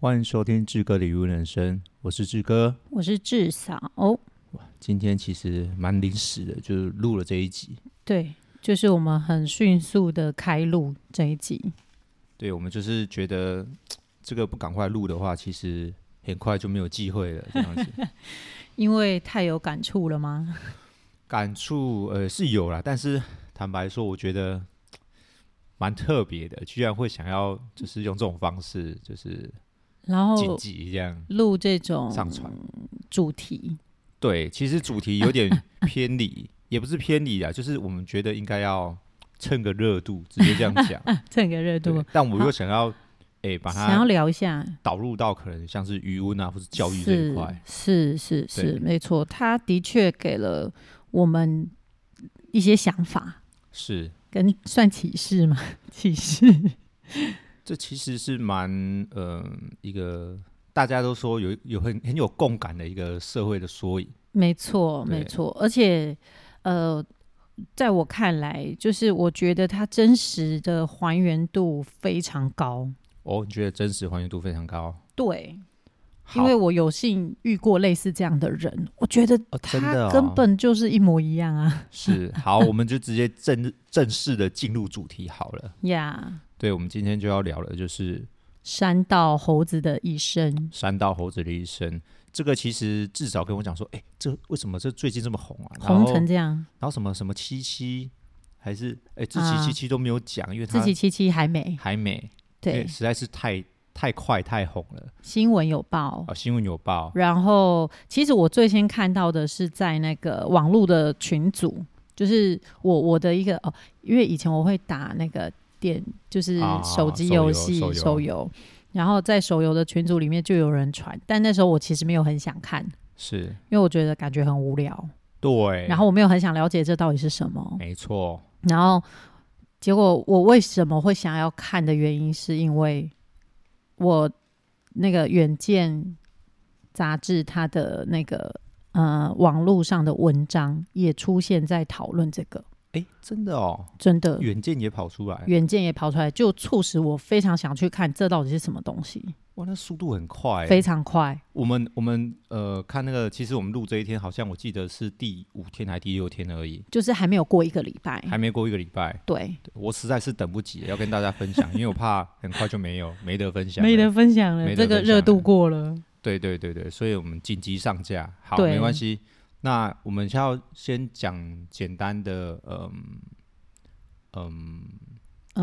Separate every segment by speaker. Speaker 1: 欢迎收听志哥的语文人生，我是志哥。
Speaker 2: 我是至少、哦，
Speaker 1: 今天其实蛮临时的，就是录了这一集。
Speaker 2: 对，就是我们很迅速的开录这一集，
Speaker 1: 对我们就是觉得这个不赶快录的话，其实很快就没有机会了。这样子
Speaker 2: 因为太有感触了吗？
Speaker 1: 感触呃是有啦，但是坦白说，我觉得蛮特别的，居然会想要就是用这种方式，就是
Speaker 2: 然
Speaker 1: 紧
Speaker 2: 后
Speaker 1: 急这样
Speaker 2: 录这种
Speaker 1: 上传。
Speaker 2: 主题，
Speaker 1: 对，其实主题有点偏离，也不是偏离啊，就是我们觉得应该要趁个热度，直接这样讲。
Speaker 2: 这个热度
Speaker 1: 对，，但我又想要，诶，把
Speaker 2: 想要
Speaker 1: 它
Speaker 2: 聊一下
Speaker 1: 导入到可能像是语文啊，或是教育这一块。
Speaker 2: 是是是
Speaker 1: 对
Speaker 2: 是，没错，他的确给了我们一些想法，
Speaker 1: 是，
Speaker 2: 跟算启示吗？启示，
Speaker 1: 这其实是蛮，嗯、一个大家都说有有很很有共感的一个社会的缩影。
Speaker 2: 没错
Speaker 1: 对
Speaker 2: 没错，而且呃，在我看来，就是我觉得它真实的还原度非常高，
Speaker 1: 哦，你觉得真实还原度非常高？
Speaker 2: 对，
Speaker 1: 好
Speaker 2: 因为我有幸遇过类似这样的人，我觉得
Speaker 1: 哦真的
Speaker 2: 他
Speaker 1: 哦
Speaker 2: 根本就是一模一样啊，
Speaker 1: 是好，我们就直接正正式的进入主题好了。
Speaker 2: 呀、
Speaker 1: 对，我们今天就要聊的就是
Speaker 2: 山道猴子的一生，
Speaker 1: 山道猴子的一生。这个其实至少跟我讲说，诶，这为什么这最近这么红啊？然
Speaker 2: 红
Speaker 1: 后
Speaker 2: 成这样，
Speaker 1: 然后什么什么七七，还是哎，自己
Speaker 2: 啊
Speaker 1: 七七都没有讲，因为
Speaker 2: 自
Speaker 1: 他
Speaker 2: 己七七还没
Speaker 1: 还没，因
Speaker 2: 对
Speaker 1: 为。实在是太太快太红了
Speaker 2: 新闻有报。
Speaker 1: 啊！新闻有报，
Speaker 2: 然后，其实我最先看到的是在那个网络的群组，就是我我的一个哦，因为以前我会打那个电，就是
Speaker 1: 啊
Speaker 2: 手机
Speaker 1: 手游
Speaker 2: 游戏、
Speaker 1: 手游
Speaker 2: 手游，然后在手游的群组里面就有人传，但那时候我其实没有很想看，
Speaker 1: 是
Speaker 2: 因为我觉得感觉很无聊，
Speaker 1: 对，
Speaker 2: 然后我没有很想了解这到底是什么，
Speaker 1: 没错，
Speaker 2: 然后结果我为什么会想要看的原因，是因为我那个《远见》杂志它的那个呃网络上的文章也出现在讨论这个，
Speaker 1: 哎，真的哦，
Speaker 2: 真的，《
Speaker 1: 远见也跑出来，
Speaker 2: 远见》也跑出来，就促使我非常想去看这到底是什么东西，
Speaker 1: 哇，那速度很快
Speaker 2: 非
Speaker 1: 欸。
Speaker 2: 常快，
Speaker 1: 我们我们呃看那个，其实我们录这一天，好像我记得是第五天还是第六天而已，
Speaker 2: 就是还没有过一个礼拜，
Speaker 1: 还没过一个礼拜。
Speaker 2: 对，
Speaker 1: 对我实在是等不及了，要跟大家分享，因为我怕很快就没有没得分享了，
Speaker 2: 没得分享了，
Speaker 1: 没得
Speaker 2: 这个
Speaker 1: 分享
Speaker 2: 热度
Speaker 1: 了
Speaker 2: 过了，
Speaker 1: 对对对对，所以我们紧急上架，好，
Speaker 2: 对
Speaker 1: 没关系。那我们先要先讲简单的，嗯
Speaker 2: 嗯、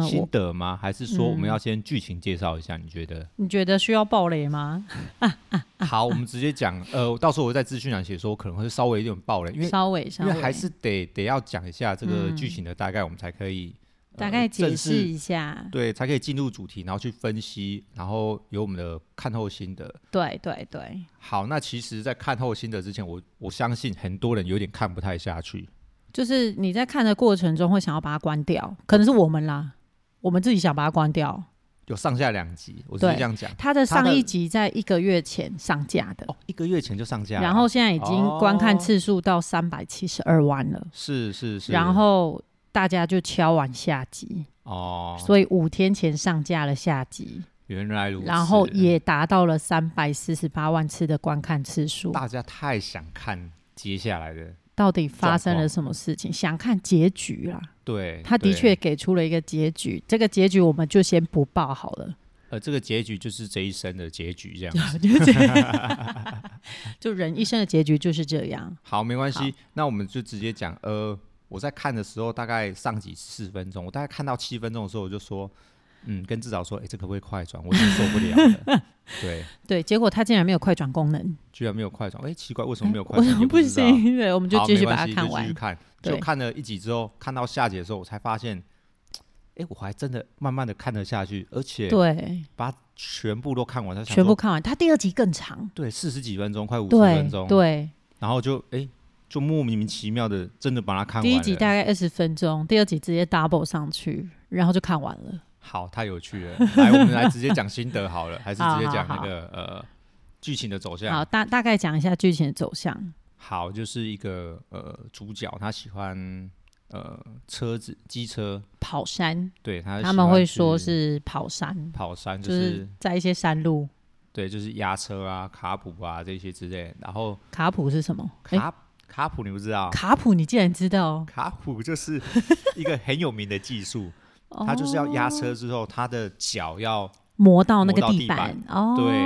Speaker 1: 心
Speaker 2: 我
Speaker 1: 得吗？还是说
Speaker 2: 嗯
Speaker 1: 我们要先剧情介绍一下？你觉得？
Speaker 2: 你觉得需要暴雷吗？啊
Speaker 1: 好，我们直接讲。呃，到时候我在资讯栏写说，我可能会稍微有点爆雷，因为
Speaker 2: 稍微稍
Speaker 1: 因
Speaker 2: 微
Speaker 1: 为还是得得要讲一下这个
Speaker 2: 嗯
Speaker 1: 剧情的大概，我们才可以、呃
Speaker 2: 大概解
Speaker 1: 正
Speaker 2: 释
Speaker 1: 式
Speaker 2: 一下，
Speaker 1: 对，才可以进入主题，然后去分析，然后有我们的看后心得。
Speaker 2: 对对对，
Speaker 1: 好，那其实，在看后心得之前，我我相信很多人有点看不太下去。
Speaker 2: 就是你在看的过程中会想要把它关掉，可能是我们啦，我们自己想把它关掉。
Speaker 1: 有上下两集，我是
Speaker 2: 对
Speaker 1: 这样讲。
Speaker 2: 它的
Speaker 1: 它
Speaker 2: 上
Speaker 1: 的
Speaker 2: 一集在一个月前上架的，
Speaker 1: 哦，一个月前就上架了，
Speaker 2: 然后现在已
Speaker 1: 哦
Speaker 2: 经观看次数到三百七十二万了，
Speaker 1: 是是是，
Speaker 2: 然后大家就敲完下集，
Speaker 1: 哦，
Speaker 2: 所以五天前上架了下集，
Speaker 1: 原来如此，嗯
Speaker 2: 然后也达到了三百四十八万次的观看次数。
Speaker 1: 大家太想看接下来的，
Speaker 2: 到底发生
Speaker 1: 状况
Speaker 2: 了什么事情？想看结局啦，
Speaker 1: 对，
Speaker 2: 他的
Speaker 1: 对
Speaker 2: 确，给出了一个结局，这个结局我们就先不报好了。
Speaker 1: 呃，这个结局就是这一生的结局这样子。
Speaker 2: 就这样， 就人一生的结局就是这样。
Speaker 1: 好，没关系，那我们就直接讲，呃，我在看的时候大概上集四分钟，我大概看到七分钟的时候，我就说，嗯，跟至少说，哎、这可不可以快转？我已经受不了 了，对。
Speaker 2: 对，结果他竟然没有快转功能，
Speaker 1: 居然没有快转，哎、奇怪，为什么没有快
Speaker 2: 我
Speaker 1: 转？也
Speaker 2: 想不
Speaker 1: 知道
Speaker 2: 行，对，我们就
Speaker 1: 好
Speaker 2: 继续
Speaker 1: 没
Speaker 2: 把
Speaker 1: 关系
Speaker 2: 它看
Speaker 1: 就继续
Speaker 2: 完。
Speaker 1: 看，
Speaker 2: 对
Speaker 1: 就看了一集之后，看到下集的时候，我才发现，哎、我还真的慢慢的看得下去，而且
Speaker 2: 对，
Speaker 1: 把它全部都看完，才想说
Speaker 2: 全部看完。他第二集更长，
Speaker 1: 对四十几分钟，快五十
Speaker 2: 对
Speaker 1: 分钟，，
Speaker 2: 对，
Speaker 1: 然后就哎、就莫名其妙的真的把它看完了。
Speaker 2: 第一集大概二十分钟，第二集直接 double 上去，然后就看完了。
Speaker 1: 好，太有趣了，来，我们来直接讲心得好了，还是直接讲
Speaker 2: 好
Speaker 1: 那
Speaker 2: 好
Speaker 1: 个呃剧情的走向？
Speaker 2: 好，大大概讲一下剧情的走向。
Speaker 1: 好，就是一个呃主角他喜欢呃车子机车，
Speaker 2: 跑山，
Speaker 1: 对他
Speaker 2: 他们会
Speaker 1: 喜欢
Speaker 2: 说
Speaker 1: 去
Speaker 2: 是跑山，
Speaker 1: 跑山，就
Speaker 2: 就是是在一些山路。
Speaker 1: 对，就是压车啊、卡普啊这些之类的。然后
Speaker 2: 卡普是什么？诶
Speaker 1: 卡、卡普你不知道？
Speaker 2: 卡普你竟然知道？
Speaker 1: 卡普就是一个很有名的技 术，
Speaker 2: 哦
Speaker 1: 它就是要压车之后，它的脚要
Speaker 2: 磨到那个
Speaker 1: 磨到地
Speaker 2: 板
Speaker 1: 板
Speaker 2: 哦，
Speaker 1: 对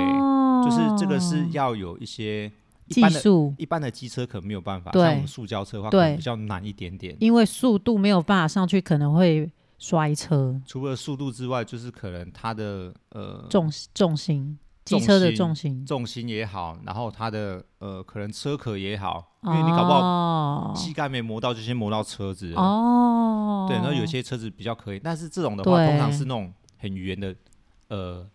Speaker 1: 就是这个是要有一些一
Speaker 2: 技
Speaker 1: 般的
Speaker 2: 术，
Speaker 1: 一般的机车可能没有办法，
Speaker 2: 对
Speaker 1: 像我们塑胶车的话，可
Speaker 2: 对
Speaker 1: 能比较难一点点。
Speaker 2: 因为速度没有办法上去，可能会摔车，
Speaker 1: 除了速度之外，就是可能它的呃
Speaker 2: 重重心，机
Speaker 1: 重
Speaker 2: 车的
Speaker 1: 心
Speaker 2: 重心，
Speaker 1: 重心也好，然后它的呃可能车壳也好，因
Speaker 2: 哦，
Speaker 1: 为你搞不好膝盖没磨到，就先磨到车子了。
Speaker 2: 哦，
Speaker 1: 对，然后有些车子比较可以，但是这种的话，
Speaker 2: 对
Speaker 1: 通常是那种很圆的呃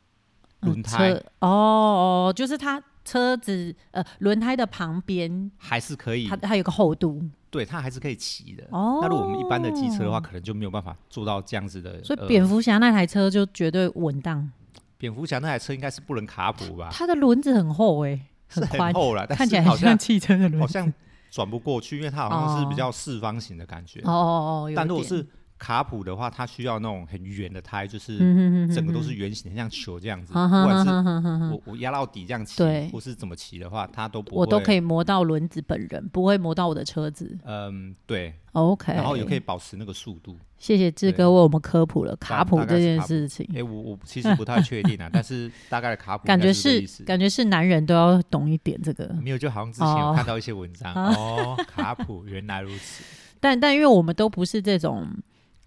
Speaker 2: 嗯
Speaker 1: 轮胎
Speaker 2: 车哦哦，就是它车子呃轮胎的旁边，
Speaker 1: 还是可以
Speaker 2: 它，它有个厚度
Speaker 1: 对，它还是可以骑的。
Speaker 2: 哦。
Speaker 1: 嗯那如果我们一般的机车的话，，可能就没有办法做到这样子的。
Speaker 2: 所以
Speaker 1: 呃
Speaker 2: 蝙蝠侠那台车就绝对稳当，
Speaker 1: 蝙蝠侠那台车应该是不能卡普吧？
Speaker 2: 它的轮子很厚哎、
Speaker 1: 是
Speaker 2: 宽
Speaker 1: 很，厚了，但
Speaker 2: 看起
Speaker 1: 是
Speaker 2: 来
Speaker 1: 好
Speaker 2: 很像
Speaker 1: 像
Speaker 2: 汽车的轮
Speaker 1: 好
Speaker 2: 子。
Speaker 1: 像转不过去，因为它好像是
Speaker 2: 哦
Speaker 1: 比较四方形的感觉。
Speaker 2: 哦哦哦，有
Speaker 1: 但如果
Speaker 2: 点
Speaker 1: 是卡普的话，它需要那种很圆的胎，就是
Speaker 2: 嗯啊
Speaker 1: 整个都是圆形，很像球这样子。
Speaker 2: 哼
Speaker 1: 不
Speaker 2: 哼
Speaker 1: 管是
Speaker 2: 哼哼哼哼
Speaker 1: 我我压到底这样骑
Speaker 2: 嗯对，
Speaker 1: 或是怎么骑的话，它都不
Speaker 2: 我都可
Speaker 1: 以。
Speaker 2: 以磨到轮子本人，不会磨到我的车子。
Speaker 1: 嗯，对，
Speaker 2: OK，
Speaker 1: 然后也可以保持那个速度。
Speaker 2: 谢谢志哥为我们科普了卡普
Speaker 1: 大
Speaker 2: 这
Speaker 1: 概是
Speaker 2: 件
Speaker 1: 卡普
Speaker 2: 事情。
Speaker 1: 哎，我我其实不太确 定啊，但是大概的卡普
Speaker 2: 嗯感觉
Speaker 1: 应该是这个
Speaker 2: 是
Speaker 1: 意思。嗯
Speaker 2: 感觉是男人都要懂一点这个，
Speaker 1: 没有，就好像之前
Speaker 2: 哦
Speaker 1: 有看到一些文 章哦，卡普原来如此。
Speaker 2: 但但因为我们都不是这种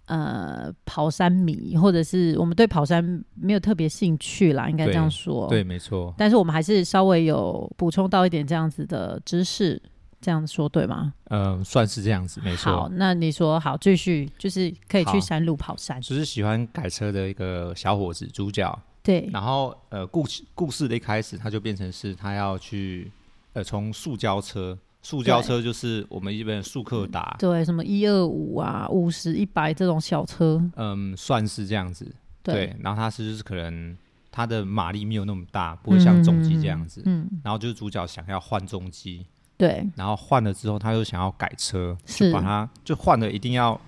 Speaker 2: 呃跑山迷，或者是我们对跑山没有特别兴趣啦，应该这
Speaker 1: 对
Speaker 2: 样说。
Speaker 1: 对，没错，
Speaker 2: 但是我们还是稍微有补充到一点这样子的知识，这样说对吗？
Speaker 1: 嗯，算是这样子，没错。
Speaker 2: 好，那你说好，继续就是可以去
Speaker 1: 好
Speaker 2: 山路跑山。
Speaker 1: 就是喜欢改车的一个小伙子主角。
Speaker 2: 对，
Speaker 1: 然后呃，故事故事的一开始，他就变成是他要去呃，从塑胶车，塑胶车就是我们一般的速克达，
Speaker 2: 对，什么一二五啊、五十、一百这种小车，
Speaker 1: 嗯，算是这样子。
Speaker 2: 对，
Speaker 1: 然后他是就是可能他的马力没有那么大，不会像重机这样子。
Speaker 2: 嗯，嗯
Speaker 1: 然后就是主角想要换重机，
Speaker 2: 对，
Speaker 1: 然后换了之后，他又想要改车，
Speaker 2: 是
Speaker 1: 就把它就换了，一定要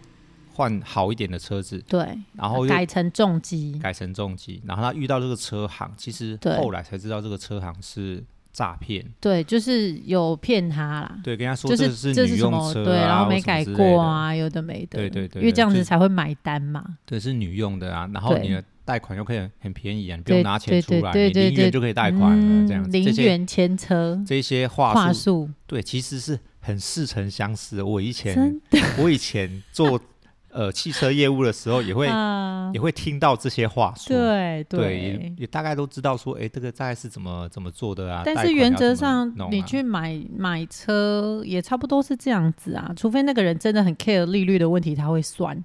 Speaker 1: 换好一点的车子，
Speaker 2: 对，
Speaker 1: 然后又
Speaker 2: 改成重机，
Speaker 1: 改成重机，然后他遇到这个车行，其实
Speaker 2: 对
Speaker 1: 后来才知道这个车行是诈骗，
Speaker 2: 对，就是有骗他啦，
Speaker 1: 对，跟他说
Speaker 2: 就
Speaker 1: 这
Speaker 2: 是
Speaker 1: 是女
Speaker 2: 是什
Speaker 1: 用
Speaker 2: 么
Speaker 1: 车、啊，
Speaker 2: 对，然后
Speaker 1: 或
Speaker 2: 没
Speaker 1: 什么
Speaker 2: 改
Speaker 1: 之类
Speaker 2: 过
Speaker 1: 的，
Speaker 2: 啊，有的没的，
Speaker 1: 对对对
Speaker 2: 因为这样子
Speaker 1: 对
Speaker 2: 才会买单嘛，
Speaker 1: 对，是女用的啊，然后
Speaker 2: 对
Speaker 1: 你的贷款又可以很便宜啊，你不
Speaker 2: 对
Speaker 1: 用拿钱出来，
Speaker 2: 对对对
Speaker 1: 你零
Speaker 2: 对
Speaker 1: 元就可以贷款了，这样
Speaker 2: 嗯
Speaker 1: 子，
Speaker 2: 零
Speaker 1: 这些
Speaker 2: 元牵车
Speaker 1: 这些
Speaker 2: 话
Speaker 1: 话术，
Speaker 2: 术，
Speaker 1: 对，其实是很似曾相识的。我以前
Speaker 2: 真的
Speaker 1: 我以前做呃汽车业务的时候，也会
Speaker 2: 啊，
Speaker 1: 也会听到这些话术，
Speaker 2: 对
Speaker 1: 对，也也大概都知道说，哎，这个大概是怎么怎么做的啊。
Speaker 2: 但
Speaker 1: 贷
Speaker 2: 是
Speaker 1: 款
Speaker 2: 原
Speaker 1: 要怎
Speaker 2: 则
Speaker 1: 么
Speaker 2: 上
Speaker 1: 弄，
Speaker 2: 你
Speaker 1: 啊
Speaker 2: 去买买车也差不多是这样子啊，除非那个人真的很 care 利率的问题，他会算，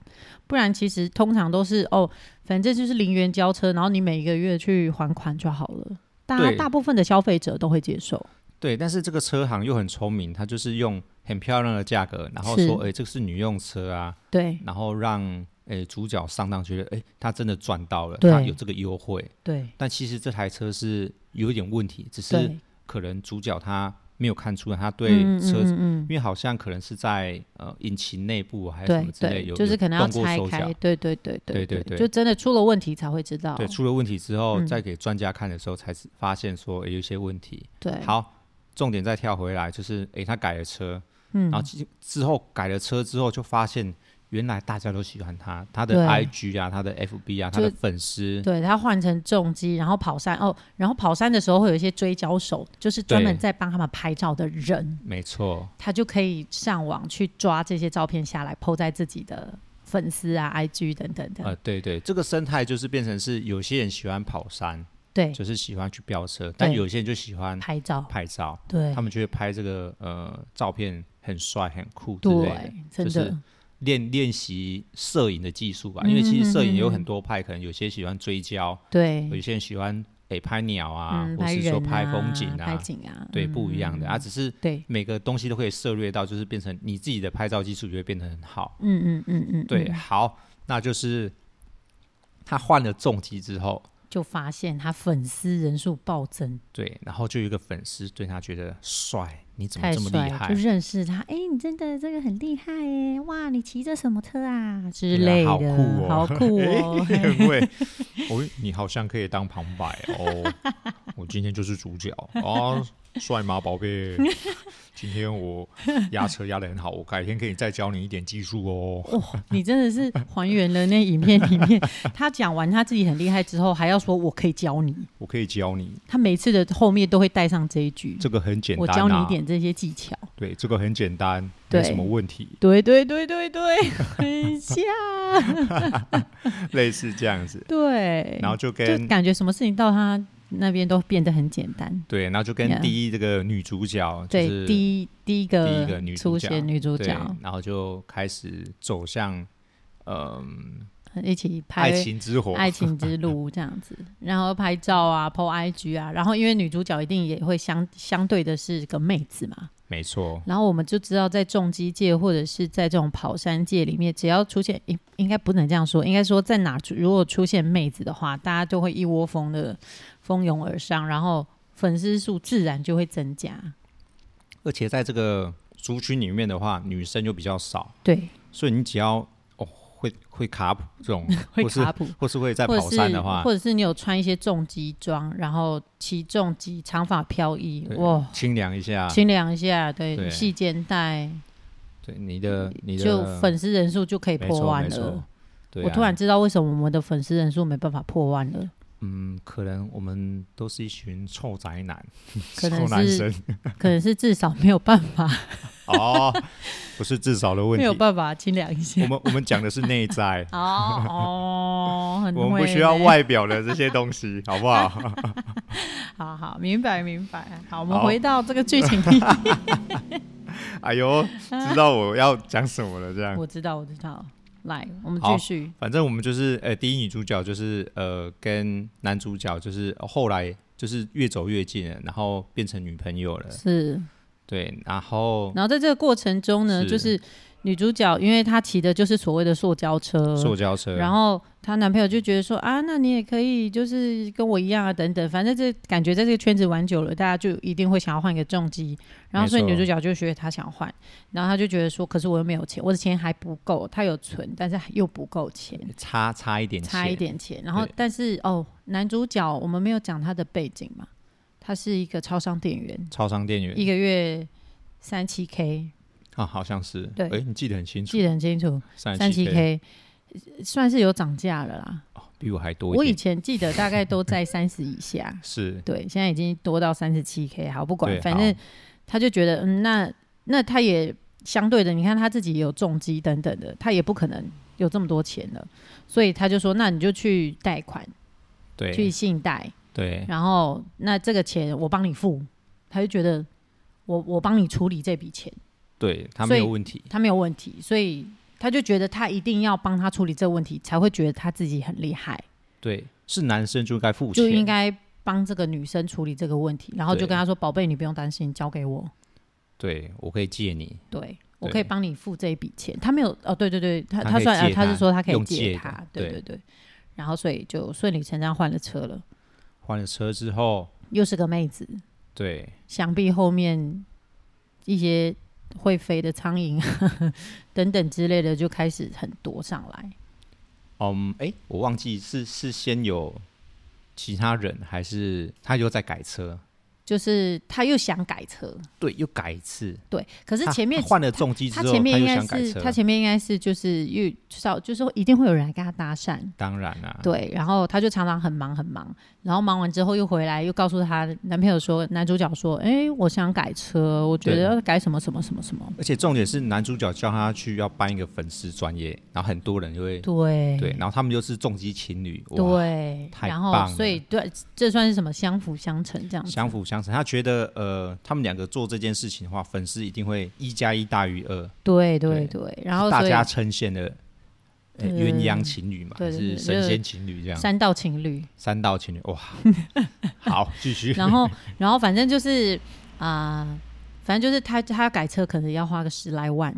Speaker 2: 不然其实通常都是哦，反正就是零元交车，然后你每个月去还款就好了。大
Speaker 1: 对
Speaker 2: 大部分的消费者都会接受，
Speaker 1: 对，但是这个车行又很聪明，他就是用很漂亮的价格，然后
Speaker 2: 是
Speaker 1: 说，哎、这个是女用车啊，
Speaker 2: 对
Speaker 1: 然后让哎、主角上当，觉得哎、他真的赚到了，
Speaker 2: 对
Speaker 1: 他有这个优惠。
Speaker 2: 对
Speaker 1: 但其实这台车是有一点问题，只是
Speaker 2: 对，
Speaker 1: 可能主角他没有看出来，他对
Speaker 2: 嗯
Speaker 1: 车子，
Speaker 2: 嗯嗯
Speaker 1: 因为好像可能是在呃引擎内部啊还
Speaker 2: 嗯，
Speaker 1: 是什
Speaker 2: 对
Speaker 1: 么之类，
Speaker 2: 对，
Speaker 1: 有
Speaker 2: 就是
Speaker 1: 有
Speaker 2: 可能要
Speaker 1: 动过
Speaker 2: 拆
Speaker 1: 手
Speaker 2: 开
Speaker 1: 脚，。
Speaker 2: 对对对
Speaker 1: 对对
Speaker 2: 对，
Speaker 1: 对
Speaker 2: 就真的出了问题才会知道，
Speaker 1: 对，出了问题之后，
Speaker 2: 嗯
Speaker 1: 再给专家看的时候，才是发现说、哎有一些问题。
Speaker 2: 对，
Speaker 1: 好，重点再跳回来，就是哎、他改了车，
Speaker 2: 嗯
Speaker 1: 然后之之后改了车之后，就发现原来大家都喜欢他，他
Speaker 2: 对
Speaker 1: 的 IG 啊，他的 FB 啊，他
Speaker 2: 就
Speaker 1: 的粉丝，
Speaker 2: 对，他换成重机，然后跑山哦，然后跑山的时候会有一些追焦手，就是专门
Speaker 1: 对
Speaker 2: 在帮他们拍照的人，
Speaker 1: 没错，
Speaker 2: 他就可以上网去抓这些照片下来，PO 在自己的粉丝啊、IG 等等的。
Speaker 1: 呃，对对，这个生态就是变成是有些人喜欢跑山，
Speaker 2: 对，
Speaker 1: 就是喜欢去飙车，但有些人就喜欢
Speaker 2: 拍照，
Speaker 1: 拍照，
Speaker 2: 对
Speaker 1: 他，们就会拍这个呃照片很帅很酷之类的
Speaker 2: 对。，真
Speaker 1: 就
Speaker 2: 的
Speaker 1: 是，练练习摄影的技术
Speaker 2: 嗯
Speaker 1: 吧，因为其实摄影有很多派，可能有些喜欢追焦，有
Speaker 2: 对，
Speaker 1: 些人喜欢诶、拍鸟啊，
Speaker 2: 嗯，
Speaker 1: 或是
Speaker 2: 人
Speaker 1: 说
Speaker 2: 啊，
Speaker 1: 拍风景啊，
Speaker 2: 拍景啊，
Speaker 1: 对，不一样
Speaker 2: 嗯
Speaker 1: 的啊，，只是
Speaker 2: 对，
Speaker 1: 每个东西都可以涉略到，就是变成你自己的拍照技术就会变得很好。
Speaker 2: 嗯嗯嗯嗯，
Speaker 1: 对，
Speaker 2: 嗯
Speaker 1: 好，那就是他换了重机之后，
Speaker 2: 就发现他粉丝人数暴增，
Speaker 1: 对，然后就有一个粉丝对他觉得帅，你怎么
Speaker 2: 太
Speaker 1: 这么
Speaker 2: 帅
Speaker 1: 厉
Speaker 2: 了，
Speaker 1: 害
Speaker 2: 就？认识他。哎、你真的这个很厉害哎！哇，你骑着什么车啊之
Speaker 1: 对啊
Speaker 2: 类
Speaker 1: 好
Speaker 2: 的，
Speaker 1: 酷哦
Speaker 2: 好酷哦！
Speaker 1: 因为我你好像可以当旁白哦，我今天就是主角啊， 帅吗，宝贝？今天我压车压的很好，我改天可以再教你一点技术哦。
Speaker 2: 哇、你真的是还原了那影片里面， 他讲完他自己很厉害之后，还要说我可以教你。
Speaker 1: 我可以教你，
Speaker 2: 他每次的后面都会带上这一句，
Speaker 1: 这个很简
Speaker 2: 我
Speaker 1: 单、啊。
Speaker 2: 教你一点这些技巧。
Speaker 1: 对，这个很简单，
Speaker 2: 对
Speaker 1: 没什么问题，
Speaker 2: 对对对对对， 很像。
Speaker 1: 类似这样子。
Speaker 2: 对，
Speaker 1: 然后就跟
Speaker 2: 就感觉什么事情到他那边都变得很简单。
Speaker 1: 对，然后就跟
Speaker 2: Yeah
Speaker 1: 第一这个女主角，就
Speaker 2: 对，
Speaker 1: 是
Speaker 2: 第一第一
Speaker 1: 第一
Speaker 2: 个
Speaker 1: 个女
Speaker 2: 出
Speaker 1: 主角
Speaker 2: 现女主
Speaker 1: 对
Speaker 2: 角，
Speaker 1: 然后就开始走向嗯
Speaker 2: 一起拍
Speaker 1: 爱情之火，
Speaker 2: 爱情之路这样子， 然后拍照啊、PO IG 啊，然后因为女主角一定也会相相对的是个妹子嘛，
Speaker 1: 没错，
Speaker 2: 然后我们就知道在重机界或者是在这种跑山界里面，只要出现应应该不能这样说，应该说在哪如果出现妹子的话，大家就会一窝蜂的蜂拥而上，然后粉丝数自然就会增加。
Speaker 1: 而且在这个族群里面的话，女生就比较少，
Speaker 2: 对，，
Speaker 1: 所以你只要哦会会卡普这种
Speaker 2: 会
Speaker 1: 或是
Speaker 2: 卡普。
Speaker 1: 或是会在
Speaker 2: 或
Speaker 1: 跑
Speaker 2: 者是
Speaker 1: 山的话
Speaker 2: 或，者是你有穿一些重机装，然后骑重机，长发飘逸，
Speaker 1: 对
Speaker 2: 哇，
Speaker 1: 清凉一下，
Speaker 2: 清凉一下，对，
Speaker 1: 啊对
Speaker 2: 系肩带，
Speaker 1: 对你的你的
Speaker 2: 就粉丝人数就可以
Speaker 1: 没
Speaker 2: 破
Speaker 1: 错
Speaker 2: 万
Speaker 1: 没错
Speaker 2: 了。，
Speaker 1: 对
Speaker 2: 我
Speaker 1: 啊
Speaker 2: 突然知道为什么我们的粉丝人数没办法破万 了，
Speaker 1: 嗯，可能我们都是一群臭宅男，
Speaker 2: 可
Speaker 1: 臭
Speaker 2: 能
Speaker 1: 男
Speaker 2: 是
Speaker 1: 生
Speaker 2: 可能是至少没有办法，
Speaker 1: 哦，不是至少的 问
Speaker 2: 没有
Speaker 1: 题。
Speaker 2: 办法清凉一
Speaker 1: 我
Speaker 2: 下。，
Speaker 1: 们我们讲的是内在
Speaker 2: 哦哦，很
Speaker 1: 我们不
Speaker 2: 会
Speaker 1: 需要
Speaker 2: 呢。
Speaker 1: 外表的这些东西，好不好？
Speaker 2: 好好，明白明白。好，我们
Speaker 1: 好
Speaker 2: 回到这个剧情里。
Speaker 1: 哎 呦，
Speaker 2: 啊
Speaker 1: 知道我要讲什么了，这样。
Speaker 2: 我知道，我知道。来，我们继
Speaker 1: 好
Speaker 2: 续。
Speaker 1: 反正我们就是呃，第一女主角就是呃，跟男主角就是呃后来就是越走越近了，然后变成女朋友了，
Speaker 2: 是，
Speaker 1: 对，然后
Speaker 2: 然后在这个过程中呢，
Speaker 1: 是
Speaker 2: 就是女主角，因为她骑的就是所谓的塑胶车，
Speaker 1: 塑胶车，
Speaker 2: 呃然后她男朋友就觉得说啊，那你也可以就是跟我一样啊，等等，反正这感觉在这个圈子玩久了，大家就一定会想要换一个重机。然后所以
Speaker 1: 没错
Speaker 2: 女主角就觉得她想换，然后她就觉得说，可是我又没有钱，我的钱还不够，她有存，但是又不够钱，
Speaker 1: 差差一点钱，
Speaker 2: 差一点钱。然后
Speaker 1: 对
Speaker 2: 但是哦，男主角我们没有讲他的背景嘛，他是一个超商店员，
Speaker 1: 超商店员
Speaker 2: 一个月三七 K，
Speaker 1: 啊，好像是，
Speaker 2: 对
Speaker 1: 哎，你记得很清楚
Speaker 2: 记，得很清楚，
Speaker 1: 三
Speaker 2: 三
Speaker 1: 七
Speaker 2: 七 K 算是有涨价了啦。
Speaker 1: 比我还多一
Speaker 2: 我以
Speaker 1: 点，
Speaker 2: 前记得大概都在三十 以下，
Speaker 1: 是，
Speaker 2: 对，现在已经多到三十七 K，好不管，
Speaker 1: 对
Speaker 2: 反
Speaker 1: 好
Speaker 2: 正他就觉得，嗯，那那他也相对的，你看他自己也有重击等等的，他也不可能有这么多钱了，所以他就说，那你就去贷款，去
Speaker 1: 对
Speaker 2: 信贷，
Speaker 1: 对，
Speaker 2: 然后那这个钱我帮你付，他就觉得我我帮你处理这笔钱，
Speaker 1: 对，他
Speaker 2: 所
Speaker 1: 没
Speaker 2: 以
Speaker 1: 有问题，
Speaker 2: 他没有问题，所以他就觉得他一定要帮他处理这个问题，才会觉得他自己很厉害。
Speaker 1: 对，是男生就该付钱，
Speaker 2: 就应该帮这个女生处理这个问题，然后就
Speaker 1: 对
Speaker 2: 跟她说：“宝贝，你不用担心，交给我，
Speaker 1: 对我可以借你，
Speaker 2: 对我可
Speaker 1: 对
Speaker 2: 以帮你付这一笔钱。”她没有哦，对对对，她
Speaker 1: 她
Speaker 2: 她
Speaker 1: 可以
Speaker 2: 算呃
Speaker 1: 借
Speaker 2: 她
Speaker 1: 她
Speaker 2: 是说她可以
Speaker 1: 用借
Speaker 2: 借
Speaker 1: 的
Speaker 2: 她，对对
Speaker 1: 对
Speaker 2: 对。然后所以就顺理成章换了车了，
Speaker 1: 换了车之后，
Speaker 2: 又是个妹子，
Speaker 1: 对，
Speaker 2: 想必后面一些会飞的苍蝇啊 等等之类的就开始很多上来。
Speaker 1: 嗯，哎，我忘记是是先有其他人，还是他又在改车？
Speaker 2: 就是她又想改车，
Speaker 1: 对，又改一次。
Speaker 2: 对，可是
Speaker 1: 他
Speaker 2: 前面
Speaker 1: 他换了重机之
Speaker 2: 他
Speaker 1: 后，
Speaker 2: 前面
Speaker 1: 又
Speaker 2: 应该
Speaker 1: 想改
Speaker 2: 是
Speaker 1: 车。
Speaker 2: 他前面应该是就是又少，就是说一定会有人来跟他搭讪，
Speaker 1: 当然啦、
Speaker 2: 对，然后他就常常很忙很忙，然后忙完之后又回来，又告诉他男朋友说，男主角说，哎，我想改车，我觉得
Speaker 1: 啊
Speaker 2: 要改什么什么什么什么，
Speaker 1: 而且重点是男主角叫他去要办一个粉丝专业，然后很多人就会
Speaker 2: 对
Speaker 1: 对，然后他们又是重机情侣，哇，
Speaker 2: 对，
Speaker 1: 太
Speaker 2: 然后
Speaker 1: 棒
Speaker 2: 所以对，这算是什么相辅相成这样子，
Speaker 1: 相辅相成。他觉得呃，他们两个做这件事情的话，粉丝一定会一加一大于二，
Speaker 2: 对
Speaker 1: 对
Speaker 2: 对对，然后
Speaker 1: 大
Speaker 2: 所以
Speaker 1: 家称羡的。呃
Speaker 2: 对
Speaker 1: 鸳
Speaker 2: 对对
Speaker 1: 鸯情侣嘛，
Speaker 2: 对
Speaker 1: 还
Speaker 2: 对对
Speaker 1: 是
Speaker 2: 就
Speaker 1: 神
Speaker 2: 是
Speaker 1: 仙情侣这样，
Speaker 2: 三道情侣，
Speaker 1: 三道情侣 哇，好，继 续。
Speaker 2: 然后然后反正就是啊、反正就是他他改车可能要花个十来万。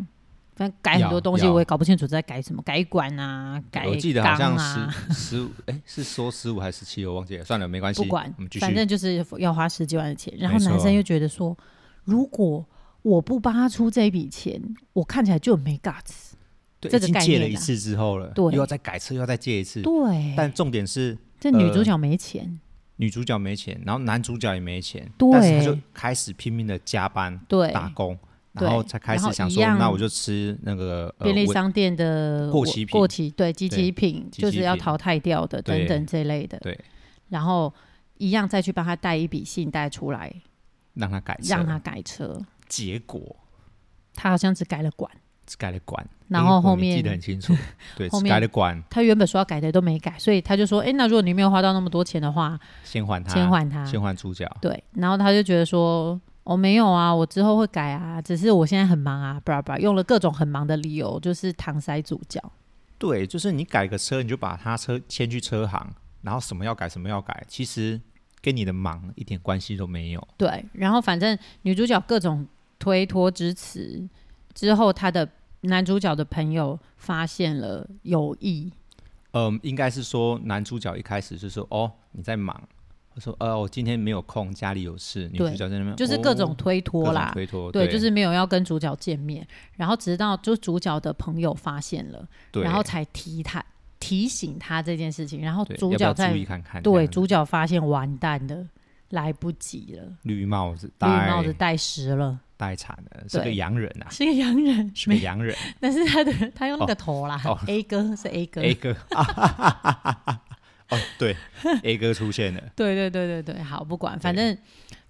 Speaker 2: 反正改很多
Speaker 1: 要
Speaker 2: 东西，
Speaker 1: 要
Speaker 2: 我也搞不清楚在改什么，改管啊，改
Speaker 1: 我记得好
Speaker 2: 缸
Speaker 1: 像
Speaker 2: 啊，
Speaker 1: 十十五，哎，是说十五还是十七？我忘记了，算了，没关系，
Speaker 2: 不管
Speaker 1: 我们继，续。
Speaker 2: 反正就是要花十几万的钱。然后
Speaker 1: 没错
Speaker 2: 男生又觉得说，如果我不帮他出这一笔钱，我看起来就很没 guts。
Speaker 1: 对，
Speaker 2: 这
Speaker 1: 已
Speaker 2: 个
Speaker 1: 经
Speaker 2: 概
Speaker 1: 借
Speaker 2: 念
Speaker 1: 了一
Speaker 2: 啊
Speaker 1: 次之后了，
Speaker 2: 对
Speaker 1: 又要再改车，又要再借一次。
Speaker 2: 对，
Speaker 1: 但重点是，
Speaker 2: 这女主角没钱，
Speaker 1: 女主角没钱，然后男主角也没钱，
Speaker 2: 对
Speaker 1: 但是他就开始拼命的加班
Speaker 2: 对，
Speaker 1: 打工，
Speaker 2: 对
Speaker 1: 然后才开始想
Speaker 2: 然后一
Speaker 1: 说，
Speaker 2: 样
Speaker 1: 那我就吃那个呃
Speaker 2: 便利
Speaker 1: 我
Speaker 2: 商店的
Speaker 1: 过
Speaker 2: 我
Speaker 1: 期品
Speaker 2: 过期对集体品
Speaker 1: 集
Speaker 2: 就是
Speaker 1: 体
Speaker 2: 要
Speaker 1: 品
Speaker 2: 淘汰掉的等
Speaker 1: 对
Speaker 2: 等这类的，
Speaker 1: 对，
Speaker 2: 然后一样再去帮他带一笔信贷出来，
Speaker 1: 让他改车，
Speaker 2: 让他改车，
Speaker 1: 结果
Speaker 2: 他好像只改了管，
Speaker 1: 只改了管，
Speaker 2: 然
Speaker 1: 因为
Speaker 2: 后
Speaker 1: 我
Speaker 2: 后
Speaker 1: 没记得
Speaker 2: 面
Speaker 1: 很清 楚，对，
Speaker 2: 后
Speaker 1: 只
Speaker 2: 面
Speaker 1: 改了管，
Speaker 2: 他原本说要改的都没改，所以他就说，哎，那如果你没有花到那么多钱的话，
Speaker 1: 先还他，
Speaker 2: 先还他，
Speaker 1: 先还主角，
Speaker 2: 对，然后他就觉得说，哦，没有啊，我之后会改啊，只是我现在很忙啊，巴拉巴拉，用了各种很忙的理由，就是搪塞主角。
Speaker 1: 对，就是你改个车，你就把他车牵去车行，然后什么要改什么要改，其实跟你的忙一点关系都没有。
Speaker 2: 对，然后反正女主角各种推脱之词之后，她的男主角的朋友发现了有意，
Speaker 1: 嗯，应该是说男主角一开始就说哦你在忙，我说呃我今天没有空，家里有事。女主
Speaker 2: 对
Speaker 1: 角在那边
Speaker 2: 就是
Speaker 1: 哦
Speaker 2: 各种推
Speaker 1: 各
Speaker 2: 脱
Speaker 1: 种
Speaker 2: 啦。
Speaker 1: 推脱，
Speaker 2: 对，就是没有要跟主角见面，然后直到就主角的朋友发现了，
Speaker 1: 对，
Speaker 2: 然后才提他提醒他这件事情，然后
Speaker 1: 对
Speaker 2: 主
Speaker 1: 要不
Speaker 2: 角
Speaker 1: 要
Speaker 2: 在
Speaker 1: 注意看看这
Speaker 2: 对，
Speaker 1: 样子
Speaker 2: 主角发现完蛋了，来不及了，
Speaker 1: 绿帽子
Speaker 2: 绿
Speaker 1: 戴
Speaker 2: 帽子戴实了，
Speaker 1: 戴惨了，是个
Speaker 2: 对
Speaker 1: 洋人 啊，
Speaker 2: 是个洋人，
Speaker 1: 是个
Speaker 2: 没，
Speaker 1: 洋人
Speaker 2: 但是他的他用那个头啦、
Speaker 1: 哦
Speaker 2: a 哥是 A 哥，
Speaker 1: A 哥， 哦对 A 哥出现了，
Speaker 2: 对对对对对，好，不管，反正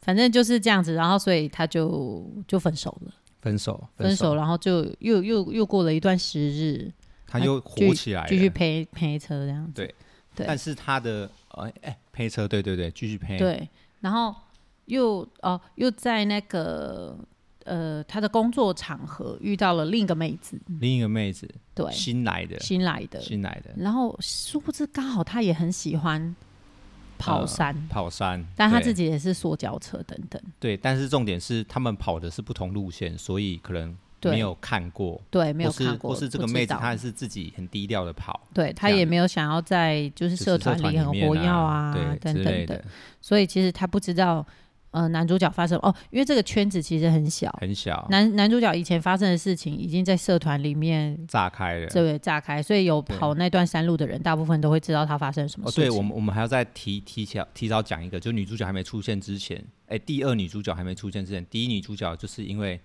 Speaker 2: 反正就是这样子，然后所以他就就分手了，
Speaker 1: 分手
Speaker 2: 分
Speaker 1: 手，
Speaker 2: 然后就又又又过了一段时日，
Speaker 1: 他
Speaker 2: 他
Speaker 1: 又
Speaker 2: 继
Speaker 1: 火起来了，
Speaker 2: 继续陪陪车这样子，对
Speaker 1: 但是他的呃哎配车，对对对，继续配，
Speaker 2: 对，然后又哦又在那个呃他的工作场合遇到了另一个妹子，
Speaker 1: 另一个妹子
Speaker 2: 对，
Speaker 1: 新来的，
Speaker 2: 新来的，
Speaker 1: 新来的
Speaker 2: 然后殊不知刚好他也很喜欢跑
Speaker 1: 呃
Speaker 2: 山，
Speaker 1: 跑山，
Speaker 2: 但他
Speaker 1: 对
Speaker 2: 自己也是塑胶车等等，
Speaker 1: 对，但是重点是他们跑的是不同路线，所以可能
Speaker 2: 对
Speaker 1: 没有看过，
Speaker 2: 对，没有
Speaker 1: 或是
Speaker 2: 看过，
Speaker 1: 或是这个
Speaker 2: 不知
Speaker 1: 妹子
Speaker 2: 道
Speaker 1: 她是自己很低调的跑，
Speaker 2: 对他
Speaker 1: 这样
Speaker 2: 也没有想要在就是
Speaker 1: 就是
Speaker 2: 社团
Speaker 1: 里
Speaker 2: 很
Speaker 1: 面
Speaker 2: 活跃
Speaker 1: 啊，对
Speaker 2: 等
Speaker 1: 之类
Speaker 2: 等
Speaker 1: 的，，
Speaker 2: 所以其实他不知道呃男主角发生哦，因为这个圈子其实很小，
Speaker 1: 很小，
Speaker 2: 男男主角以前发生的事情已经在社团里面
Speaker 1: 炸开了。
Speaker 2: 这个炸开，所以有
Speaker 1: 对
Speaker 2: 跑那段山路的人，大部分都会知道他发生了什么
Speaker 1: 哦，
Speaker 2: 事情。
Speaker 1: 对，我们我们还要再提提前提早讲一个，就女主角还没出现之前，哎，第二女主角还没出现之前，第一女主角就是因为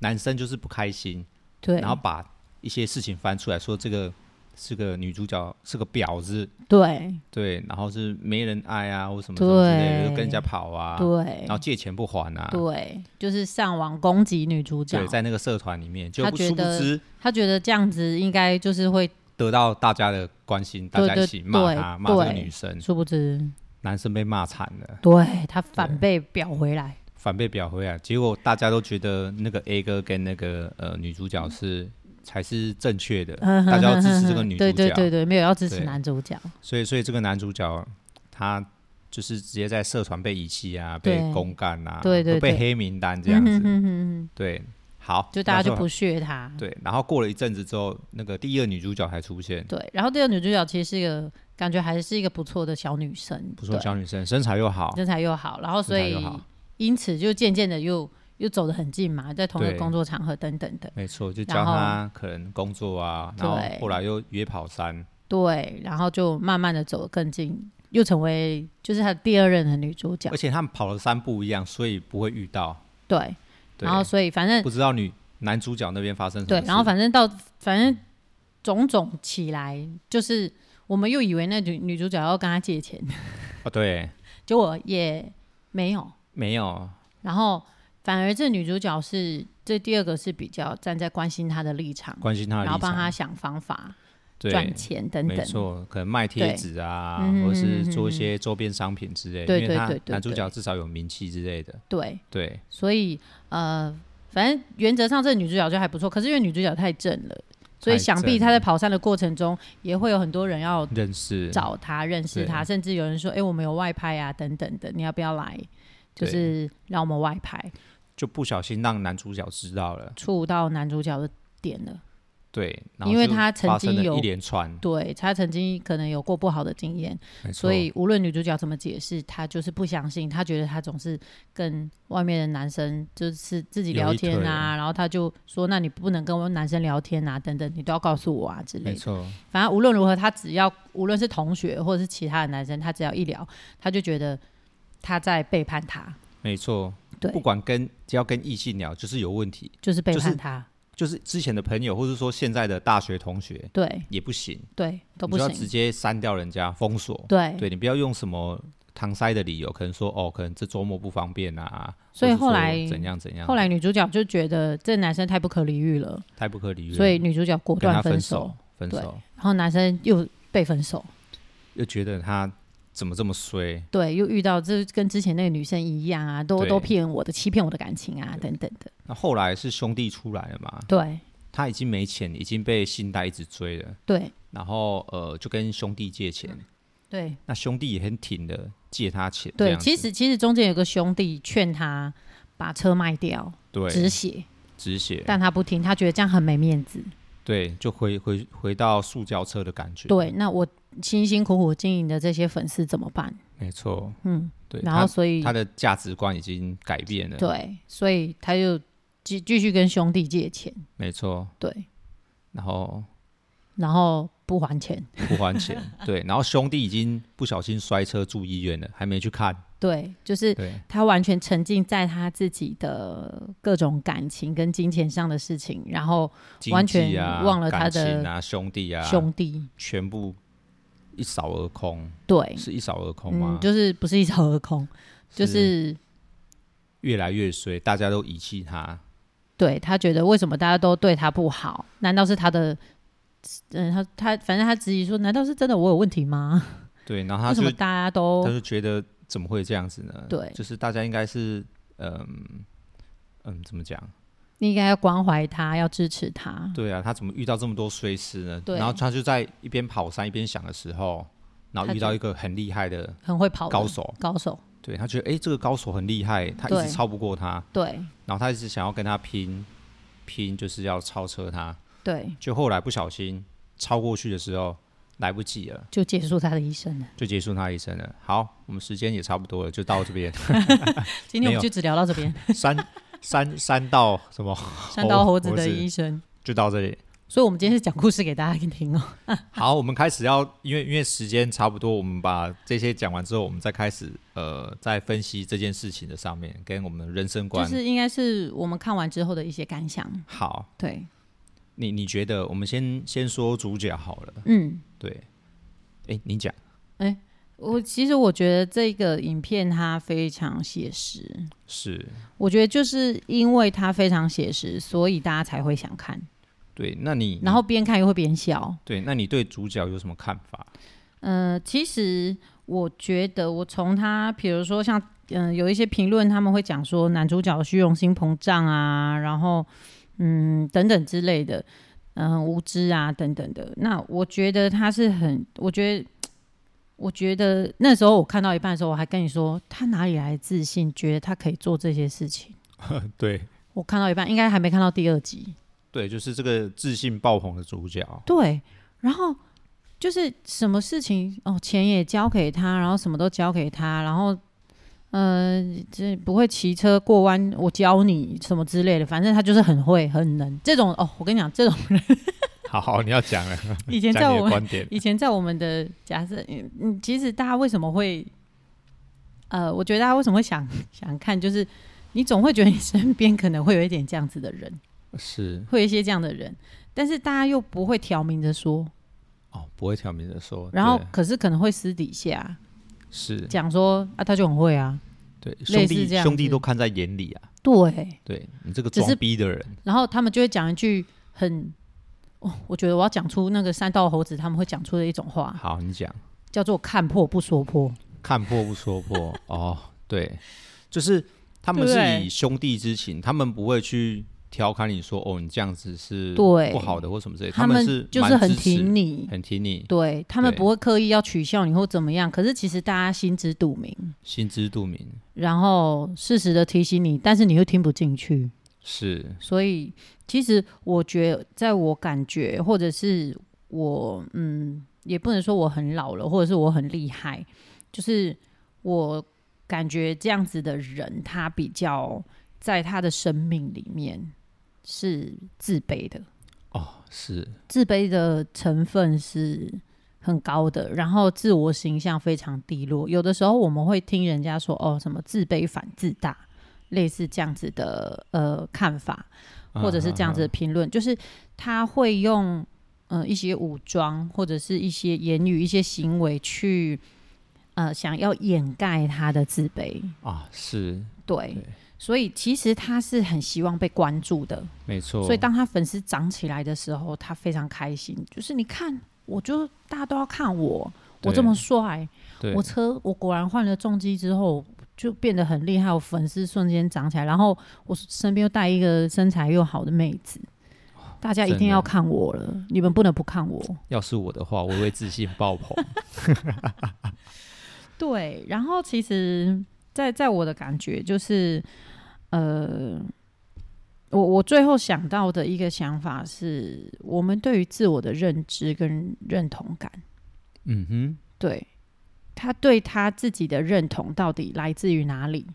Speaker 1: 男生就是不开心，
Speaker 2: 对，
Speaker 1: 然后把一些事情翻出来说，这个是个女主角是个婊子，
Speaker 2: 对
Speaker 1: 对，然后是没人爱啊，或什么什么之类的，就
Speaker 2: 对
Speaker 1: 跟人家跑啊，
Speaker 2: 对
Speaker 1: 然后借钱不还啊，
Speaker 2: 对，就是上网攻击女主角
Speaker 1: 对，，在那个社团里面，就
Speaker 2: 他
Speaker 1: 不
Speaker 2: 觉
Speaker 1: 殊不
Speaker 2: 得
Speaker 1: 知
Speaker 2: 他觉得这样子应该就是会，
Speaker 1: 得到大家的关心，大
Speaker 2: 对
Speaker 1: 家
Speaker 2: 对
Speaker 1: 一起骂
Speaker 2: 对
Speaker 1: 她，骂这个
Speaker 2: 对
Speaker 1: 女生，
Speaker 2: 殊不知，
Speaker 1: 男生被骂惨了，
Speaker 2: 对他反
Speaker 1: 对
Speaker 2: 被表回来，
Speaker 1: 反被表回来，结果大家都觉得那个 A 哥跟那个呃女主角是才是正确的，
Speaker 2: 嗯
Speaker 1: 大家要支持这个女主
Speaker 2: 对对对
Speaker 1: 角，
Speaker 2: 对，没有要支持
Speaker 1: 对
Speaker 2: 男主角，
Speaker 1: 所以所以这个男主角他。就是直接在社团被遗弃啊，被
Speaker 2: 对
Speaker 1: 公干啊，
Speaker 2: 对对
Speaker 1: 都被
Speaker 2: 对
Speaker 1: 黑名单这样子，
Speaker 2: 嗯哼哼哼哼
Speaker 1: 对，好，
Speaker 2: 就大家
Speaker 1: 那时
Speaker 2: 就
Speaker 1: 候
Speaker 2: 不屑他。
Speaker 1: 对，然后过了一阵子之后，那个第二女主角才出现，
Speaker 2: 对，然后这个女主角其实是一个感觉还是一个不错的小女生，
Speaker 1: 不错，
Speaker 2: 对
Speaker 1: 小女生，身材又好，
Speaker 2: 身材又好，然后所
Speaker 1: 身材又
Speaker 2: 以
Speaker 1: 好
Speaker 2: 因此就渐渐的又又走得很近嘛，在同一个
Speaker 1: 对
Speaker 2: 工作场合等等的。
Speaker 1: 没错，就
Speaker 2: 然
Speaker 1: 教
Speaker 2: 后
Speaker 1: 她可能工作啊，然后
Speaker 2: 对
Speaker 1: 后来又约跑山，
Speaker 2: 对，然后就慢慢的走得更近，又成为就是她的第二任的女主角
Speaker 1: 而。且他们跑的山不一样，所以不会遇到，
Speaker 2: 对，
Speaker 1: 对
Speaker 2: 然，后所以反正
Speaker 1: 不知道女男主角那边发生什么
Speaker 2: 对，
Speaker 1: 事
Speaker 2: 然后反正到反正种种起来，就是我们又以为那女女主角要跟他借钱，
Speaker 1: 哦对，
Speaker 2: 结果也没有。
Speaker 1: 没有，
Speaker 2: 然后反而这女主角是这第二个是比较站在关心她的立场，
Speaker 1: 关心他的
Speaker 2: 然后
Speaker 1: 立
Speaker 2: 帮她
Speaker 1: 场，
Speaker 2: 想方法赚
Speaker 1: 对，
Speaker 2: 钱等
Speaker 1: 没
Speaker 2: 等。
Speaker 1: 错，可能卖贴
Speaker 2: 对
Speaker 1: 纸啊，
Speaker 2: 嗯
Speaker 1: 或者
Speaker 2: 嗯嗯
Speaker 1: 是做一
Speaker 2: 嗯
Speaker 1: 些周边商品之类的，
Speaker 2: 对
Speaker 1: 因为
Speaker 2: 对
Speaker 1: 他
Speaker 2: 对对
Speaker 1: 男主
Speaker 2: 对
Speaker 1: 角至少有名气之类的，
Speaker 2: 对，
Speaker 1: 对，
Speaker 2: 所以呃，反正原则上这女主角就还不错，可是因为女主角太正了，所以
Speaker 1: 太
Speaker 2: 想
Speaker 1: 正
Speaker 2: 必她在跑山的过程中也会有很多人要
Speaker 1: 认识
Speaker 2: 找他、认识他，甚至有人说：“哎、我们有外拍啊，等等的，你要不要来？”就
Speaker 1: 对
Speaker 2: 是让我们外拍，
Speaker 1: 就不小心让男主角知道了。
Speaker 2: 触到男主角的点了。
Speaker 1: 对，然后
Speaker 2: 因为
Speaker 1: 就
Speaker 2: 他曾
Speaker 1: 发生
Speaker 2: 经
Speaker 1: 了
Speaker 2: 有
Speaker 1: 一连串，
Speaker 2: 对他曾经可能有过不好的经验，
Speaker 1: 没错
Speaker 2: 所以无论女主角怎么解释，他就是不相信，他觉得他总是跟外面的男生就是自己聊天
Speaker 1: 有一
Speaker 2: 啊，然后他就说，那你不能跟男生聊天啊，等等，你都要告诉我啊之类
Speaker 1: 没
Speaker 2: 的。
Speaker 1: 错，
Speaker 2: 反正无论如何，他只要无论是同学或者是其他的男生，他只要一聊，他就觉得他在背叛他，
Speaker 1: 没错，
Speaker 2: 对
Speaker 1: 不管跟只要跟异性聊，就是有问题，
Speaker 2: 就是背
Speaker 1: 就是
Speaker 2: 叛他，
Speaker 1: 就是之前的朋友，或是说现在的大学同学
Speaker 2: 对
Speaker 1: 也不行，
Speaker 2: 对都不
Speaker 1: 你就要直
Speaker 2: 行，
Speaker 1: 接删掉人家，封锁，
Speaker 2: 对
Speaker 1: 对你不要用什么搪塞的理由，可能说哦，可能这周末不方便啊，
Speaker 2: 所以
Speaker 1: 或是说
Speaker 2: 后来
Speaker 1: 怎样怎样，
Speaker 2: 后来女主角就觉得这男生太不可理喻了，
Speaker 1: 太不可理喻了，
Speaker 2: 所以女主角果
Speaker 1: 跟
Speaker 2: 断
Speaker 1: 他分
Speaker 2: 手，，
Speaker 1: 分
Speaker 2: 对
Speaker 1: 手
Speaker 2: 然后男生又被分手，
Speaker 1: 又觉得他怎么这么衰，
Speaker 2: 对，又遇到这跟之前那个女生一样啊，都
Speaker 1: 对
Speaker 2: 都骗我的，欺骗我的感情啊，等等的，
Speaker 1: 那后来是兄弟出来了嘛，
Speaker 2: 对
Speaker 1: 他已经没钱，已经被信贷一直追了，
Speaker 2: 对
Speaker 1: 然后呃就跟兄弟借钱，
Speaker 2: 对
Speaker 1: 那兄弟也很挺的借他钱，这
Speaker 2: 对，
Speaker 1: 样子
Speaker 2: 其实其实中间有个兄弟劝他把车卖掉
Speaker 1: 对
Speaker 2: 止血，
Speaker 1: 止血，
Speaker 2: 但他不听，他觉得这样很没面子。
Speaker 1: 对，就回回回到塑胶车的感觉，，
Speaker 2: 对，那我辛辛苦苦经营的这些粉丝怎么办？
Speaker 1: 没错，
Speaker 2: 嗯，
Speaker 1: 对，
Speaker 2: 然后
Speaker 1: 他
Speaker 2: 所以
Speaker 1: 他的价值观已经改变了，，
Speaker 2: 对，所以他就继继续跟兄弟借钱，
Speaker 1: 没错，
Speaker 2: 对，
Speaker 1: 然后
Speaker 2: 然后不还钱，
Speaker 1: 不还钱，对，然后兄弟已经不小心摔车住医院了，还没去看，
Speaker 2: 对，就是
Speaker 1: 对，
Speaker 2: 他完全沉浸在他自己的各种感情跟金钱上的事情，然后
Speaker 1: 经
Speaker 2: 完
Speaker 1: 济
Speaker 2: 全
Speaker 1: 啊
Speaker 2: 忘了他
Speaker 1: 感情
Speaker 2: 的
Speaker 1: 啊兄弟啊，
Speaker 2: 兄弟，
Speaker 1: 全部一扫而空，
Speaker 2: 对，
Speaker 1: 是一扫而空吗
Speaker 2: 嗯，？就是不是一扫而空，就是
Speaker 1: 越来越衰，大家都遗弃他，
Speaker 2: 对他觉得为什么大家都对他不好？难道是他的？嗯，他他反正他质疑说，难道是真的我有问题吗？
Speaker 1: 对，然后
Speaker 2: 为
Speaker 1: 他
Speaker 2: 什
Speaker 1: 就
Speaker 2: 么大家
Speaker 1: 他
Speaker 2: 都
Speaker 1: 就觉得怎么会这样子呢？
Speaker 2: 对
Speaker 1: 就是大家应该是嗯嗯怎么讲？
Speaker 2: 你应该要关怀他，要支持他？
Speaker 1: 对啊，他怎么遇到这么多衰事呢？
Speaker 2: 对
Speaker 1: 然后他就在一边跑山一边想的时候，然后
Speaker 2: 他
Speaker 1: 遇
Speaker 2: 就
Speaker 1: 到一个很厉害的
Speaker 2: 很会跑的
Speaker 1: 高，手，
Speaker 2: 高手，
Speaker 1: 对他觉得哎、诶这个高手很厉害，他一
Speaker 2: 对
Speaker 1: 直超不过他，
Speaker 2: 对
Speaker 1: 然后他一直想要跟他拼拼，就是要超车他，
Speaker 2: 对，
Speaker 1: 就后来不小心超过去的时候来不及了。
Speaker 2: 就结束他的一生了。
Speaker 1: 就结束他一生了。好，我们时间也差不多了，就到这 边。
Speaker 2: 今
Speaker 1: 没有
Speaker 2: 天我
Speaker 1: 哦
Speaker 2: 们就只聊到 这边，
Speaker 1: 三三三到什么？
Speaker 2: 三刀猴子
Speaker 1: 猴
Speaker 2: 的
Speaker 1: 子
Speaker 2: 一生。
Speaker 1: 就到这里。
Speaker 2: 所以，我们今天是讲故事给大家听哦。
Speaker 1: 好，我们开始要，因为因为时间差不多，我们把这些讲完之后，我们再开始呃，在分析这件事情的上面，跟我们的人生
Speaker 2: 就
Speaker 1: 观。
Speaker 2: 是应该是我们看完之后的一些感想。
Speaker 1: 好，
Speaker 2: 对，
Speaker 1: 你你觉得，我们先先说主角好了。
Speaker 2: 嗯，
Speaker 1: 对，哎，你讲，
Speaker 2: 我其实我觉得这个影片它非常写实，
Speaker 1: 是
Speaker 2: 我觉得就是因为它非常写实，所以大家才会想看，
Speaker 1: 对。那你
Speaker 2: 然后边看又会边笑。
Speaker 1: 对，那你对主角有什么看法？
Speaker 2: 呃，其实我觉得我从他，比如说像嗯、呃有一些评论他们会讲说男主角虚荣心膨胀啊，然后嗯等等之类的，嗯、无知啊等等的。那我觉得他是很，我觉得。我觉得那时候我看到一半的时候，我还跟你说他哪里来的自信，觉得他可以做这些事情。
Speaker 1: 对
Speaker 2: 我看到一半，应该还没看到第二集。
Speaker 1: 对，就是这个自信爆棚的主角。
Speaker 2: 对，然后就是什么事情哦，钱也交给他，然后什么都交给他，然后呃，这不会骑车过弯，我教你什么之类的，反正他就是很会很能这种哦。我跟你 讲，这种
Speaker 1: 好好，你要讲了，
Speaker 2: 以前在
Speaker 1: 讲你
Speaker 2: 我
Speaker 1: 的
Speaker 2: 们
Speaker 1: 观点。
Speaker 2: 以前在我们的假设，嗯嗯，其实大家为什么会呃，我觉得大家为什么会想想看，就是你总会觉得你身边可能会有一点这样子的人，
Speaker 1: 是
Speaker 2: 会有一些这样的人，但是大家又不会挑明着说。
Speaker 1: 哦，不会挑明的说，
Speaker 2: 然后
Speaker 1: 对
Speaker 2: 可是可能会私底下
Speaker 1: 是
Speaker 2: 讲说啊，他就很会啊，
Speaker 1: 对
Speaker 2: 类
Speaker 1: 兄
Speaker 2: 似这
Speaker 1: 弟
Speaker 2: 样
Speaker 1: 兄弟
Speaker 2: 子
Speaker 1: 都看在眼里啊，
Speaker 2: 对。
Speaker 1: 对你这个
Speaker 2: 只是
Speaker 1: 装逼的人，
Speaker 2: 然后他们就会讲一句很，哦，我觉得我要讲出那个三道猴子他们会讲出的一种话，
Speaker 1: 好，你讲
Speaker 2: 叫做看破不说破。
Speaker 1: 看破不说 破哦，对，就是他们
Speaker 2: 对
Speaker 1: 是
Speaker 2: 不对
Speaker 1: 以兄弟之情，他们不会去调侃你说哦，你这样子是
Speaker 2: 对
Speaker 1: 不好的或什么之类，
Speaker 2: 他
Speaker 1: 们
Speaker 2: 们
Speaker 1: 是
Speaker 2: 就是
Speaker 1: 蛮
Speaker 2: 很
Speaker 1: 支持
Speaker 2: 挺你，
Speaker 1: 很挺你，
Speaker 2: 对他们
Speaker 1: 对
Speaker 2: 不会刻意要取笑你或怎么样，可是其实大家心知肚明，
Speaker 1: 心知肚明，
Speaker 2: 然后适时的提醒你，但是你又听不进去。
Speaker 1: 是
Speaker 2: 所以其实我觉得，在我感觉或者是我嗯，也不能说我很老了，或者是我很厉害，就是我感觉这样子的人，他比较在他的生命里面是自卑的，
Speaker 1: 哦，是
Speaker 2: 自卑的成分是很高的，然后自我形象非常低落。有的时候我们会听人家说哦，什么自卑反自大，类似这样子的呃看法，
Speaker 1: 嗯
Speaker 2: 或者是这样子的评论，就是他会用呃一些武装或者是一些言语、一些行为去呃想要掩盖他的自卑。
Speaker 1: 啊，是
Speaker 2: 对
Speaker 1: 对，
Speaker 2: 所以其实他是很希望被关注的。
Speaker 1: 没错。
Speaker 2: 所以当他粉丝涨起来的时候，他非常开心，就是你看，我就大家都要看我，我
Speaker 1: 对
Speaker 2: 这么帅，
Speaker 1: 对
Speaker 2: 我车我果然换了重机之后就变得很厉害，我粉丝瞬间涨起来，然后我身边又带一个身材又好的妹子。大家一
Speaker 1: 真
Speaker 2: 定
Speaker 1: 的
Speaker 2: 要看我了，你们不能不看我。
Speaker 1: 要是我的话，我会自信爆 棚。
Speaker 2: 对，然后其实在在我的感觉就是，呃，我我最后想到的一个想法是，我们对于自我的认知跟认同感，
Speaker 1: 嗯哼，
Speaker 2: 对他对他自己的认同到底来自于哪里？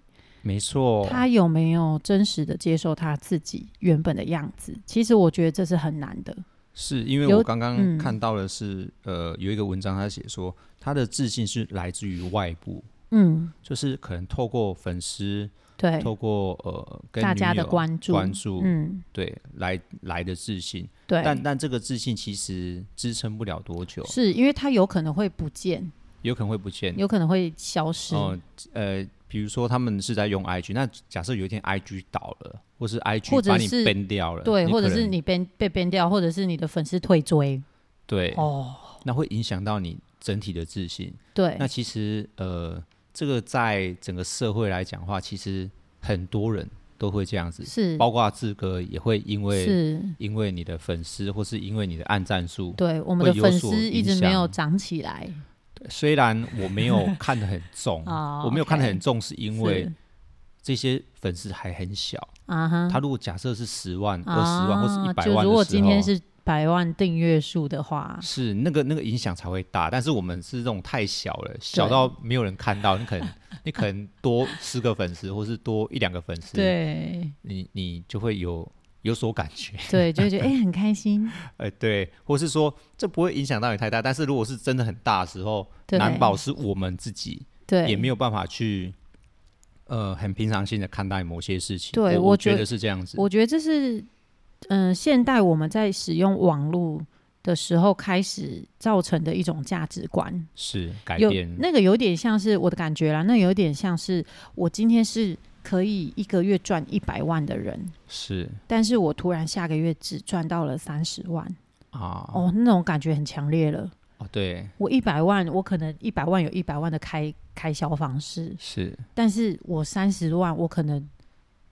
Speaker 1: 没错。
Speaker 2: 他有没有真实的接受他自己原本的样子？其实我觉得这是很难的。
Speaker 1: 是因为
Speaker 2: 有
Speaker 1: 我刚刚
Speaker 2: 嗯
Speaker 1: 看到的是，呃，有一个文章他写说，他的自信是来自于外部，
Speaker 2: 嗯，
Speaker 1: 就是可能透过粉丝，
Speaker 2: 对，
Speaker 1: 透过呃跟
Speaker 2: 大家
Speaker 1: 女
Speaker 2: 的
Speaker 1: 友
Speaker 2: 关注，
Speaker 1: 关注，
Speaker 2: 嗯，
Speaker 1: 对来来的自信。
Speaker 2: 对，
Speaker 1: 但但这个自信其实支撑不了多久，
Speaker 2: 是因为他有可能会不见，
Speaker 1: 有可能会不见。
Speaker 2: 有可能会消失。
Speaker 1: 哦、呃，比如说他们是在用 IG，那假设有一天 IG 倒了，或是 IG
Speaker 2: 或者
Speaker 1: 把你
Speaker 2: 是
Speaker 1: ban 掉了，
Speaker 2: 对，
Speaker 1: 你
Speaker 2: 或者
Speaker 1: 可
Speaker 2: 是
Speaker 1: 能
Speaker 2: 你编被编掉，或者是你的粉丝退追
Speaker 1: 对，
Speaker 2: 哦，
Speaker 1: 那会影响到你整体的自信。
Speaker 2: 对
Speaker 1: 那其实呃，这个在整个社会来讲的话，其实很多人都会这样子，
Speaker 2: 是
Speaker 1: 包括志哥也会因为
Speaker 2: 是，
Speaker 1: 因为你的粉丝或是因为你的按赞数。
Speaker 2: 对我们
Speaker 1: 会
Speaker 2: 的
Speaker 1: 有
Speaker 2: 粉
Speaker 1: 所
Speaker 2: 丝一
Speaker 1: 影
Speaker 2: 直没有
Speaker 1: 响
Speaker 2: 涨起来，，
Speaker 1: 虽然我没有看得很重
Speaker 2: 哦
Speaker 1: 我没有看得
Speaker 2: OK
Speaker 1: 很重，是因为
Speaker 2: 是
Speaker 1: 这些粉丝还很小。
Speaker 2: 啊哈，
Speaker 1: 他如果假设是十万、二
Speaker 2: 啊，
Speaker 1: 十万或是一百
Speaker 2: 就
Speaker 1: 万
Speaker 2: 如果
Speaker 1: 的时
Speaker 2: 今天
Speaker 1: 候，
Speaker 2: 是百万订阅数的话，
Speaker 1: 是那个那个影响才会大。但是我们是这种太小了，小到没有人看到，你可 能你可能多十个粉丝，或是多一两个粉丝，
Speaker 2: 对
Speaker 1: 你你就会有有所感觉。
Speaker 2: 对，就会觉得哎、很开心，
Speaker 1: 呃，对，或是说这不会影响到你太大，但是如果是真的很大的时候，
Speaker 2: 对
Speaker 1: 难保是我们自己
Speaker 2: 对，
Speaker 1: 也没
Speaker 2: 有。
Speaker 1: 有办法去。呃，很平常心的看待某些事情，
Speaker 2: 对
Speaker 1: 我
Speaker 2: 我
Speaker 1: 觉
Speaker 2: 觉得
Speaker 1: 得是这样子。
Speaker 2: 我觉得这是嗯、呃现代我们在使用网络的时候开始造成的一种价值观。
Speaker 1: 是改
Speaker 2: 有
Speaker 1: 变，
Speaker 2: 那个有点像是我的感觉啦，那有点像是我今天是可以一个月赚一百万的人，
Speaker 1: 是
Speaker 2: 但是我突然下个月只赚到了三十万，
Speaker 1: 啊，
Speaker 2: 哦，那种感觉很强烈了。
Speaker 1: 哦，对，
Speaker 2: 我一百万，我可能一百万有一百万的开开销方式，
Speaker 1: 是
Speaker 2: 但是我三十万，我可能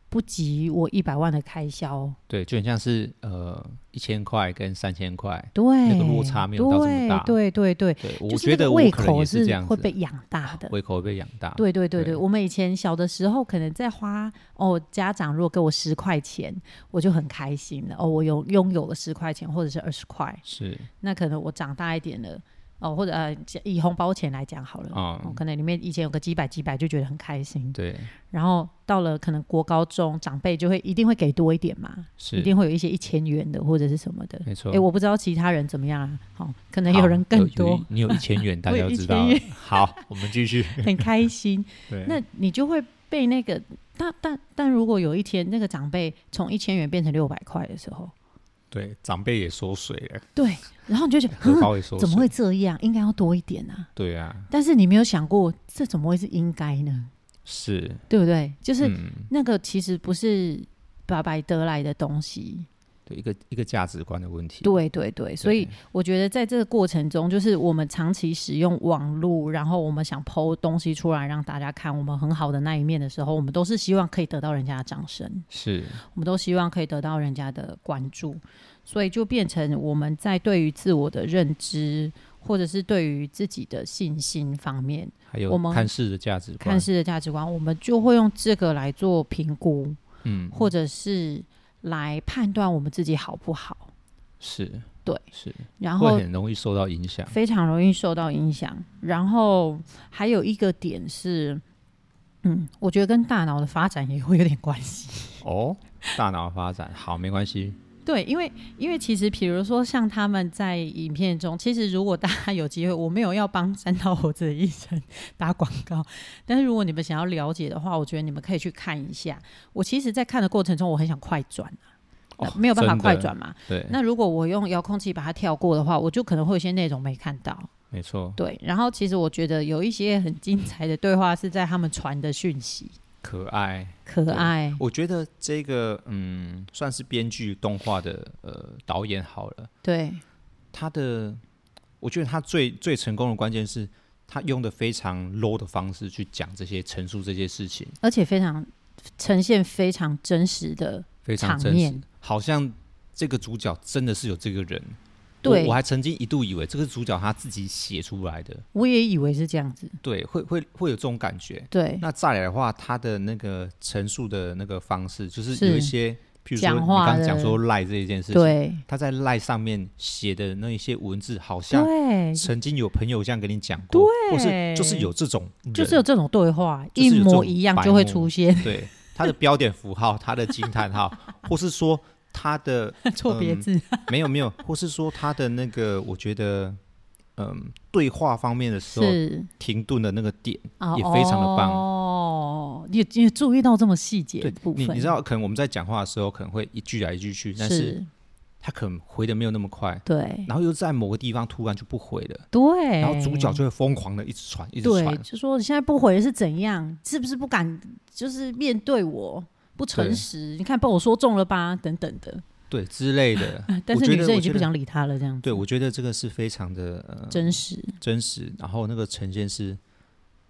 Speaker 2: 不及我一百万的开销，
Speaker 1: 对，就很像是呃一千块跟三千块，
Speaker 2: 对，
Speaker 1: 个落差没有到这么大
Speaker 2: 对对对对，
Speaker 1: 对
Speaker 2: 就
Speaker 1: 我
Speaker 2: 是
Speaker 1: 觉
Speaker 2: 那个
Speaker 1: 得我
Speaker 2: 胃
Speaker 1: 可能
Speaker 2: 口
Speaker 1: 也是这样子，
Speaker 2: 会被养大的。
Speaker 1: 胃口会被养大，
Speaker 2: 对对对对，
Speaker 1: 对
Speaker 2: 我们以前小的时候，可能在花哦，家长如果给我十块钱，我就很开心了。哦，我有拥有了十块钱或者是二十块，
Speaker 1: 是
Speaker 2: 那可能我长大一点了，哦，或者呃，以红包钱来讲好了，
Speaker 1: 啊、
Speaker 2: 哦，可能里面以前有个几百几百就觉得很开心。
Speaker 1: 对，
Speaker 2: 然后到了可能国高中，长辈就会一定会给多一点嘛，一
Speaker 1: 是
Speaker 2: 定会有一些一千元的或者是什么的。
Speaker 1: 没错。
Speaker 2: 诶，我不知道其他人怎么样啊，好、可能
Speaker 1: 好
Speaker 2: 有人更
Speaker 1: 一
Speaker 2: 多，
Speaker 1: 你有一千元，大
Speaker 2: 我
Speaker 1: 家
Speaker 2: 有
Speaker 1: 就
Speaker 2: 一
Speaker 1: 知
Speaker 2: 千
Speaker 1: 道了
Speaker 2: 元。
Speaker 1: 好，我们继续。
Speaker 2: 很 开心。
Speaker 1: 对，
Speaker 2: 那你就会被那个，但但但如果有一天那个长辈从一千元变成六百块的时候，
Speaker 1: 对长辈也缩水 了，
Speaker 2: 对， 然后你就觉得，
Speaker 1: 荷
Speaker 2: 哼，
Speaker 1: 包也缩水，
Speaker 2: 怎么会？这样？应该要多一点啊！
Speaker 1: 对啊，
Speaker 2: 但是你没有想过，这怎么会是应该呢？
Speaker 1: 是
Speaker 2: 对不对？就是、
Speaker 1: 嗯，
Speaker 2: 那个其实不是白白得来的东西。
Speaker 1: 对一个一个价值观的问题。
Speaker 2: 对对对，所以
Speaker 1: 对
Speaker 2: 我觉得在这个过程中，就是我们长期使用网络，然后我们想剖东西出来让大家看我们很好的那一面的时候，我们都是希望可以得到人家的掌声。
Speaker 1: 是
Speaker 2: 我们都希望可以得到人家的关注，所以就变成我们在对于自我的认知，或者是对于自己的信心方面、
Speaker 1: 还有
Speaker 2: 我们
Speaker 1: 看事的价值观
Speaker 2: 看，事的价值观，我们就会用这个来做评估。
Speaker 1: 嗯，
Speaker 2: 或者是来判断我们自己好不好，
Speaker 1: 是，
Speaker 2: 对，
Speaker 1: 是，
Speaker 2: 然
Speaker 1: 会
Speaker 2: 后
Speaker 1: 很容易受到影响。
Speaker 2: 非常容易受到影响。然后还有一个点是，嗯，我觉得跟大脑的发展也会有点关系。
Speaker 1: 哦，大脑发展好没关 系，
Speaker 2: 对，因为因为其实比如说像他们在影片中，其实如果大家有机会，我没有要帮三道猴子的医生打广告，但是如果你们想要了解的话，我觉得你们可以去看一下。我其实，在看的过程中，我很想快转啊，
Speaker 1: 哦
Speaker 2: 没有办法
Speaker 1: 真的
Speaker 2: 快转嘛。
Speaker 1: 对，
Speaker 2: 那如果我用遥控器把它跳过的话，我就可能会有些内容没看到。
Speaker 1: 没错，
Speaker 2: 对，然后其实我觉得有一些很精彩的对话是在他们传的讯息，
Speaker 1: 可爱。
Speaker 2: 可爱，
Speaker 1: 我觉得这个嗯，算是编剧动画的呃导演好了，
Speaker 2: 对
Speaker 1: 他的我觉得他最最成功的关键是他用的非常 low 的方式去讲这些陈述这些事情，
Speaker 2: 而且非常呈现非常真实的，
Speaker 1: 非常
Speaker 2: 场
Speaker 1: 真实
Speaker 2: 面，
Speaker 1: 好像这个主角真的是有这个人。
Speaker 2: 对
Speaker 1: 我，我还曾经一度以为这个主角他自己写出来的，
Speaker 2: 我也以为是这样子，
Speaker 1: 对，会会会有这种感觉。
Speaker 2: 对
Speaker 1: 那再来的话，他的那个陈述的那个方式，就是
Speaker 2: 是
Speaker 1: 有一些，譬如说
Speaker 2: 讲
Speaker 1: 你刚
Speaker 2: 话
Speaker 1: 刚
Speaker 2: 的
Speaker 1: 讲说赖这一件事情，
Speaker 2: 对
Speaker 1: 他在赖上面写的那一些文字，好像
Speaker 2: 对，
Speaker 1: 曾经有朋友这样跟你讲过，或是就是有这种人，
Speaker 2: 就是有这种对话，
Speaker 1: 就是有
Speaker 2: 一
Speaker 1: 这
Speaker 2: 模
Speaker 1: 种
Speaker 2: 一样
Speaker 1: 白
Speaker 2: 就会
Speaker 1: 目
Speaker 2: 出现
Speaker 1: 对他的标点符号，他的惊叹号，或是说他的
Speaker 2: 错别
Speaker 1: 嗯
Speaker 2: 字，
Speaker 1: 没有没有，或是说他的那个，我觉得。嗯，对话方面的时候
Speaker 2: 是
Speaker 1: 停顿的那个点，
Speaker 2: 啊，
Speaker 1: 也非常地棒
Speaker 2: 哦，你你注意到这么细节
Speaker 1: 对
Speaker 2: 的部
Speaker 1: 你
Speaker 2: 分，
Speaker 1: 你知道，可能我们在讲话的时候，可能会一句来一句去，但是
Speaker 2: 是，
Speaker 1: 他可能回的没有那么快，
Speaker 2: 对
Speaker 1: 然后又在某个地方突然就不回了，
Speaker 2: 对，
Speaker 1: 然后主角就会疯狂的一直传，一直
Speaker 2: 哎对，
Speaker 1: 传，
Speaker 2: 就说你现在不回是怎样？是不是不敢就是面对我？不诚
Speaker 1: 对
Speaker 2: 实，你看被我说中了吧，等等的。。
Speaker 1: 对之类的
Speaker 2: 但
Speaker 1: 我
Speaker 2: 是
Speaker 1: 觉
Speaker 2: 女
Speaker 1: 得
Speaker 2: 生
Speaker 1: 我
Speaker 2: 已经
Speaker 1: 觉
Speaker 2: 不
Speaker 1: 得
Speaker 2: 想理他了，这样
Speaker 1: 对，我觉得这个是非常的呃
Speaker 2: 真实。
Speaker 1: 真实，然后那个呈现是，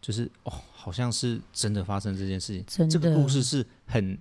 Speaker 1: 就是哦，好像是真的发生这件事情。
Speaker 2: 真
Speaker 1: 这个
Speaker 2: 的
Speaker 1: 故事是很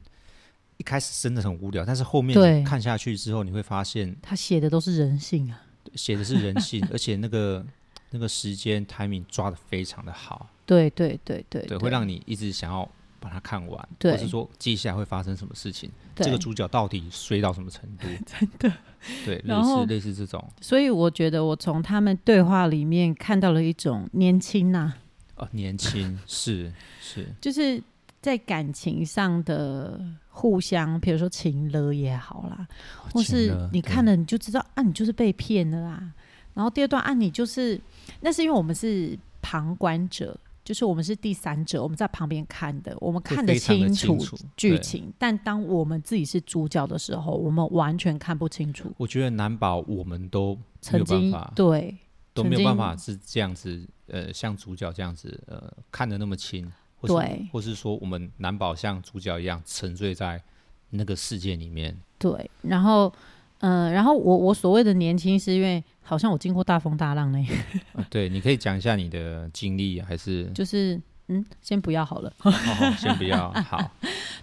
Speaker 1: 一开始真的很无聊，但是后面
Speaker 2: 对
Speaker 1: 你看下去之后，你会发现
Speaker 2: 他写的都是人性啊，
Speaker 1: 写的是人性， 而且那个那个时间 timing 抓的非常的好，
Speaker 2: 对对对对
Speaker 1: 对，会让你一直想要把它看完，
Speaker 2: 对
Speaker 1: 或是说接下来会发生什么事情，
Speaker 2: 对
Speaker 1: 这个主角到底衰到什么程 度？真
Speaker 2: 的，
Speaker 1: 对，类
Speaker 2: 然后
Speaker 1: 似类似这种
Speaker 2: 所以我觉得我从他们对话里面看到了一种年轻呐、
Speaker 1: 哦，年轻是是，
Speaker 2: 就是在感情上的互相，比如说情勒也好啦，或
Speaker 1: 情
Speaker 2: 是
Speaker 1: 勒
Speaker 2: 你
Speaker 1: 对
Speaker 2: 看了你就知道啊，你就是被骗了啊。然后第二段啊，你就是那是因为我们是旁观者，就是我们是第三者，我们在旁边看的，我们
Speaker 1: 会
Speaker 2: 看得
Speaker 1: 非常地
Speaker 2: 楚
Speaker 1: 清楚
Speaker 2: 剧
Speaker 1: 对
Speaker 2: 情，但当我们自己是主角的时候，我们完全看不清楚。
Speaker 1: 我觉得难保我们都没
Speaker 2: 曾
Speaker 1: 有办
Speaker 2: 经
Speaker 1: 法，
Speaker 2: 对
Speaker 1: 都没有
Speaker 2: 曾
Speaker 1: 办
Speaker 2: 经
Speaker 1: 法是这样子，呃，像主角这样子，呃，看得那么清，或是
Speaker 2: 对
Speaker 1: 或是说我们难保像主角一样沉醉在那个世界里面。
Speaker 2: 对，然后嗯、呃然后我我所谓的年轻是因为好像我经过大风大浪呢，
Speaker 1: 呃对，你可以讲一下你的经历，还是
Speaker 2: 就是嗯，先不要好了。
Speaker 1: 哦，先不要，好，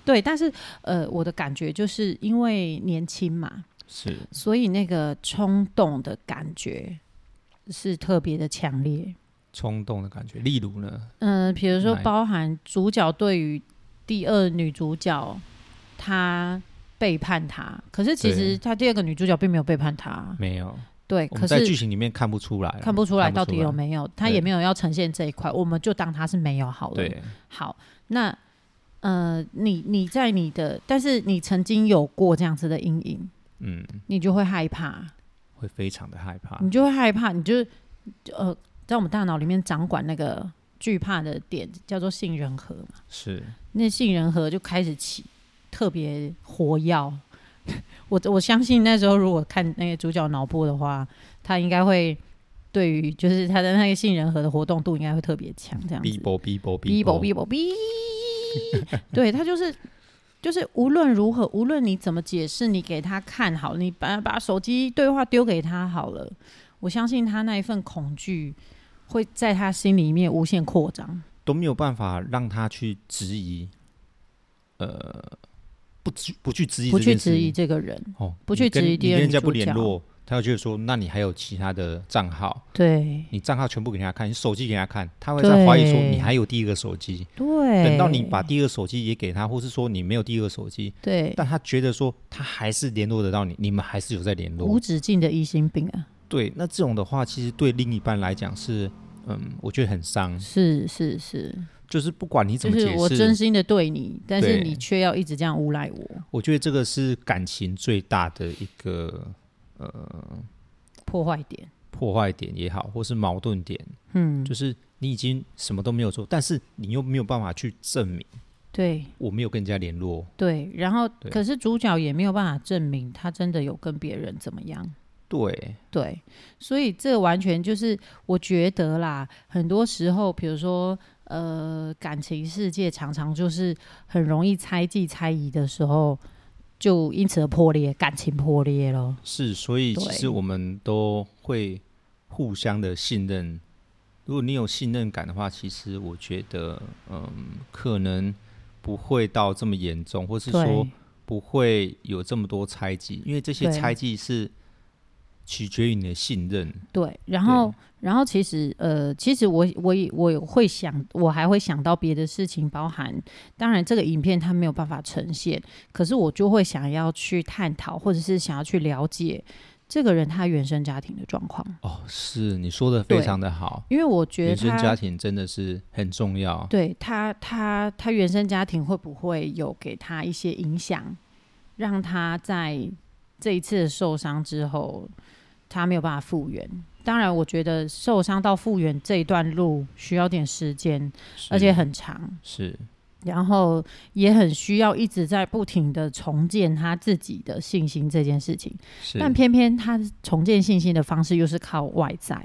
Speaker 2: 对，但是呃，我的感觉就是因为年轻嘛，
Speaker 1: 是
Speaker 2: 所以那个冲动的感觉是特别的强烈。
Speaker 1: 冲动的感觉。例如呢，
Speaker 2: 嗯、比如说
Speaker 1: 哪一
Speaker 2: 包含主角对于第二女主角，她背叛他，可是其
Speaker 1: 对
Speaker 2: 实她第二个女主角并没有背叛他，啊
Speaker 1: 没有，
Speaker 2: 对，
Speaker 1: 我
Speaker 2: 可
Speaker 1: 们在剧
Speaker 2: 是
Speaker 1: 情里面看不出来啊，
Speaker 2: 看不出来到底有没有，她也
Speaker 1: 对
Speaker 2: 没有要呈现这一块，我们就当她是没有好了。
Speaker 1: 对，
Speaker 2: 好，那呃，你你在你的，但是你曾经有过这样子的阴影，
Speaker 1: 嗯，
Speaker 2: 你就会害怕，
Speaker 1: 会非常的害怕
Speaker 2: 你。就会害怕，你就呃，在我们大脑里面掌管那个惧怕的点叫做杏仁核嘛，
Speaker 1: 是，
Speaker 2: 那杏仁核就开始起特别活跃。 我我相信那时候如果看那个主角脑波的话，他应该会对于就是他的那个杏仁核的活动度应该会特别强，这样子。
Speaker 1: 逼啵逼啵
Speaker 2: 哔啵哔啵哔，对他就是就是无论如何，无论你怎么解释，你给他看好，你把把手机对话丢给他好了，我相信他那一份恐惧会在他心里面无限扩张。
Speaker 1: 都没有办法让他去质疑，呃，不质不去质疑
Speaker 2: 不
Speaker 1: 这
Speaker 2: 去
Speaker 1: 件事情，
Speaker 2: 质疑这个人，
Speaker 1: 哦，
Speaker 2: 不去
Speaker 1: 你跟
Speaker 2: 质
Speaker 1: 哦
Speaker 2: 疑
Speaker 1: 你
Speaker 2: 第二
Speaker 1: 跟人
Speaker 2: 女
Speaker 1: 家不
Speaker 2: 主
Speaker 1: 联
Speaker 2: 角
Speaker 1: 络，他就觉得说，那你还有其他的账号，
Speaker 2: 对
Speaker 1: 你账号全部给他看，你手机给他看，他会
Speaker 2: 对
Speaker 1: 在怀疑说你还有第一个手机。
Speaker 2: 对，
Speaker 1: 等到你把第二个手机也给他，或是说你没有第二个手机，
Speaker 2: 对
Speaker 1: 但他觉得说他还是联络得到你，你们还是有在联络
Speaker 2: 无。止境的疑心病啊，
Speaker 1: 对，那这种的话，其实对另一半来讲是，嗯，我觉得很伤。
Speaker 2: 是是是，
Speaker 1: 就是不管你怎
Speaker 2: 就
Speaker 1: 么
Speaker 2: 是
Speaker 1: 解
Speaker 2: 我
Speaker 1: 释，
Speaker 2: 真心的对你，但是
Speaker 1: 对
Speaker 2: 你却要一直这样诬赖我，
Speaker 1: 我觉得这个是感情最大的一个呃
Speaker 2: 破坏点，
Speaker 1: 破坏点也好，或是矛盾点，
Speaker 2: 嗯，
Speaker 1: 就是你已经什么都没有做，但是你又没有办法去证明
Speaker 2: 对
Speaker 1: 我没有跟人家联络。
Speaker 2: 对，然后
Speaker 1: 对
Speaker 2: 可是主角也没有办法证明他真的有跟别人怎么样。
Speaker 1: 对，
Speaker 2: 对，所以这完全就是我觉得啦，很多时候，比如说呃，感情世界常常就是很容易猜忌、猜疑的时候，就因此而破裂，感情破裂咯。
Speaker 1: 是，所以其
Speaker 2: 对
Speaker 1: 实我们都会互相的信任。如果你有信任感的话，其实我觉得，嗯，可能不会到这么严重，或是说
Speaker 2: 对，
Speaker 1: 不会有这么多猜忌，因为这些
Speaker 2: 对
Speaker 1: 猜忌是取决于你的信任。
Speaker 2: 对，然后，然后其实，呃，其实我我也我也会想，我还会想到别的事情，包含当然这个影片它没有办法呈现，可是我就会想要去探讨，或者是想要去了解这个人他原生家庭的状况，
Speaker 1: 哦，是你说的非
Speaker 2: 对
Speaker 1: 常的好，
Speaker 2: 因为我觉得
Speaker 1: 原生
Speaker 2: 他
Speaker 1: 家庭真的是很重要。
Speaker 2: 对他，他他原生家庭会不会有给他一些影响，让他在这一次的受伤之后，他没有办法复原？当然，我觉得受伤到复原这一段路需要点时间，
Speaker 1: 是
Speaker 2: 而且很长，
Speaker 1: 是
Speaker 2: 然后也很需要一直在不停的重建他自己的信心这件事情。
Speaker 1: 是
Speaker 2: 但偏偏他重建信心的方式又是靠外在，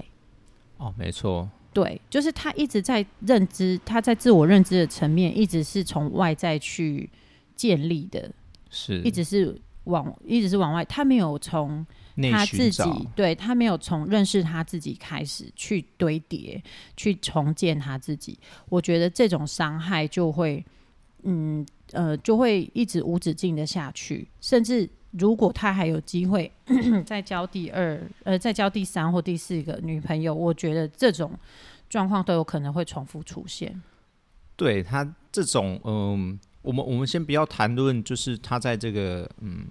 Speaker 1: 哦，没错，
Speaker 2: 对，就是他一直在认知，他在自我认知的层面，一直是从外在去建立的，
Speaker 1: 是
Speaker 2: 一直是往一直是往外，他没有从
Speaker 1: 内
Speaker 2: 他
Speaker 1: 寻
Speaker 2: 自己
Speaker 1: 找，，
Speaker 2: 对他没有从认识他自己开始去堆叠、去重建他自己。我觉得这种伤害就会，嗯呃，就会一直无止境的下去，甚至如果他还有机会 再交第二，呃，再交第三或第四个女朋友，我觉得这种状况都有可能会重复出现。
Speaker 1: 对他这种，嗯，我们我们先不要谈论，就是他在这个，嗯，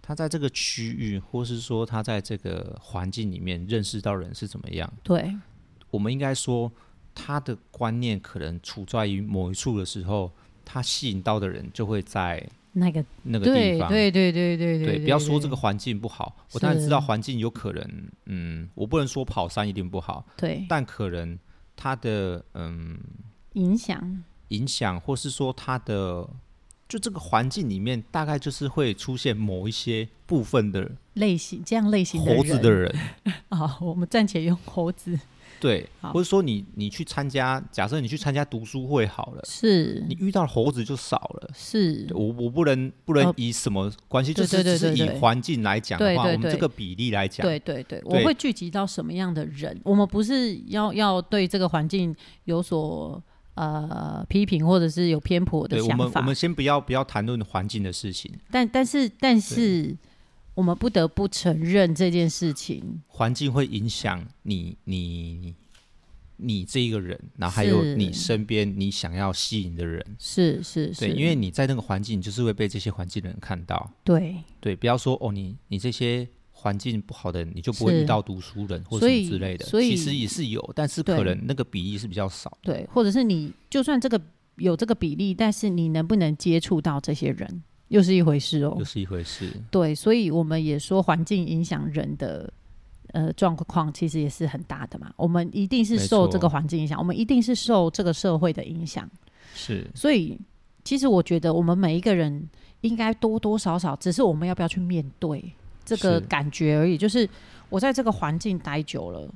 Speaker 1: 他在这个区域，或是说他在这个环境里面认识到人是怎么样，
Speaker 2: 对
Speaker 1: 我们应该说他的观念可能处在于某一处的时候，他吸引到的人就会在
Speaker 2: 那个
Speaker 1: 那个地
Speaker 2: 对
Speaker 1: 方。
Speaker 2: 对对对对对
Speaker 1: 对，不要说这个环境不好，我当然知
Speaker 2: 是
Speaker 1: 道环境有可能，嗯，我不能说跑山一定不好，
Speaker 2: 对
Speaker 1: 但可能它的嗯
Speaker 2: 影响，
Speaker 1: 影响，或是说它的就这个环境里面，大概就是会出现某一些部分的
Speaker 2: 类型这样类型的
Speaker 1: 猴子的人，
Speaker 2: 啊，我们暂且用猴子
Speaker 1: 对，
Speaker 2: 好
Speaker 1: 或者说你你去参加，假设你去参加读书会好了，
Speaker 2: 是
Speaker 1: 你遇到猴子就少了。
Speaker 2: 是
Speaker 1: 对，我我不能不能
Speaker 2: 呃
Speaker 1: 以什么关系，就
Speaker 2: 对
Speaker 1: 是
Speaker 2: 对
Speaker 1: 只
Speaker 2: 对
Speaker 1: 是
Speaker 2: 对
Speaker 1: 以
Speaker 2: 对
Speaker 1: 环境来讲的
Speaker 2: 对
Speaker 1: 话，
Speaker 2: 对
Speaker 1: 我们这
Speaker 2: 对
Speaker 1: 个比例来讲，
Speaker 2: 对对对，我
Speaker 1: 对
Speaker 2: 会聚集到什么样的人？我们不是要要对这个环境有所呃批评，或者是有偏颇的
Speaker 1: 对我们
Speaker 2: 想
Speaker 1: 我
Speaker 2: 法
Speaker 1: 们，先不要不要谈论环境的事情，
Speaker 2: 但但是但是我们不得不承认这件事情，
Speaker 1: 环境会影响你你你这一个人，然后还有
Speaker 2: 是
Speaker 1: 你身边你想要吸引的人，
Speaker 2: 是是是，
Speaker 1: 对，因为你在那个环境，你就是会被这些环境的人看到，
Speaker 2: 对，
Speaker 1: 对，不要说哦，你你这些环境不好的人，你就不会
Speaker 2: 是
Speaker 1: 遇到读书人或
Speaker 2: 所
Speaker 1: 什么
Speaker 2: 以
Speaker 1: 之类的，
Speaker 2: 所
Speaker 1: 其
Speaker 2: 以
Speaker 1: 实也是有，但是
Speaker 2: 对
Speaker 1: 可能那个比例是比较少的，
Speaker 2: 对，或者是你就算这个有这个比例，但是你能不能接触到这些人，又是一回事哦
Speaker 1: 又。是一回事，
Speaker 2: 对，所以我们也说环境影响人的呃状况，其实也是很大的嘛。我们一定是
Speaker 1: 没
Speaker 2: 受
Speaker 1: 错
Speaker 2: 这个环境影响，我们一定是受这个社会的影响。
Speaker 1: 是
Speaker 2: 所以，其实我觉得我们每一个人应该多多少少，只是我们要不要去面对这个
Speaker 1: 是
Speaker 2: 感觉而已。就是我在这个环境待久了，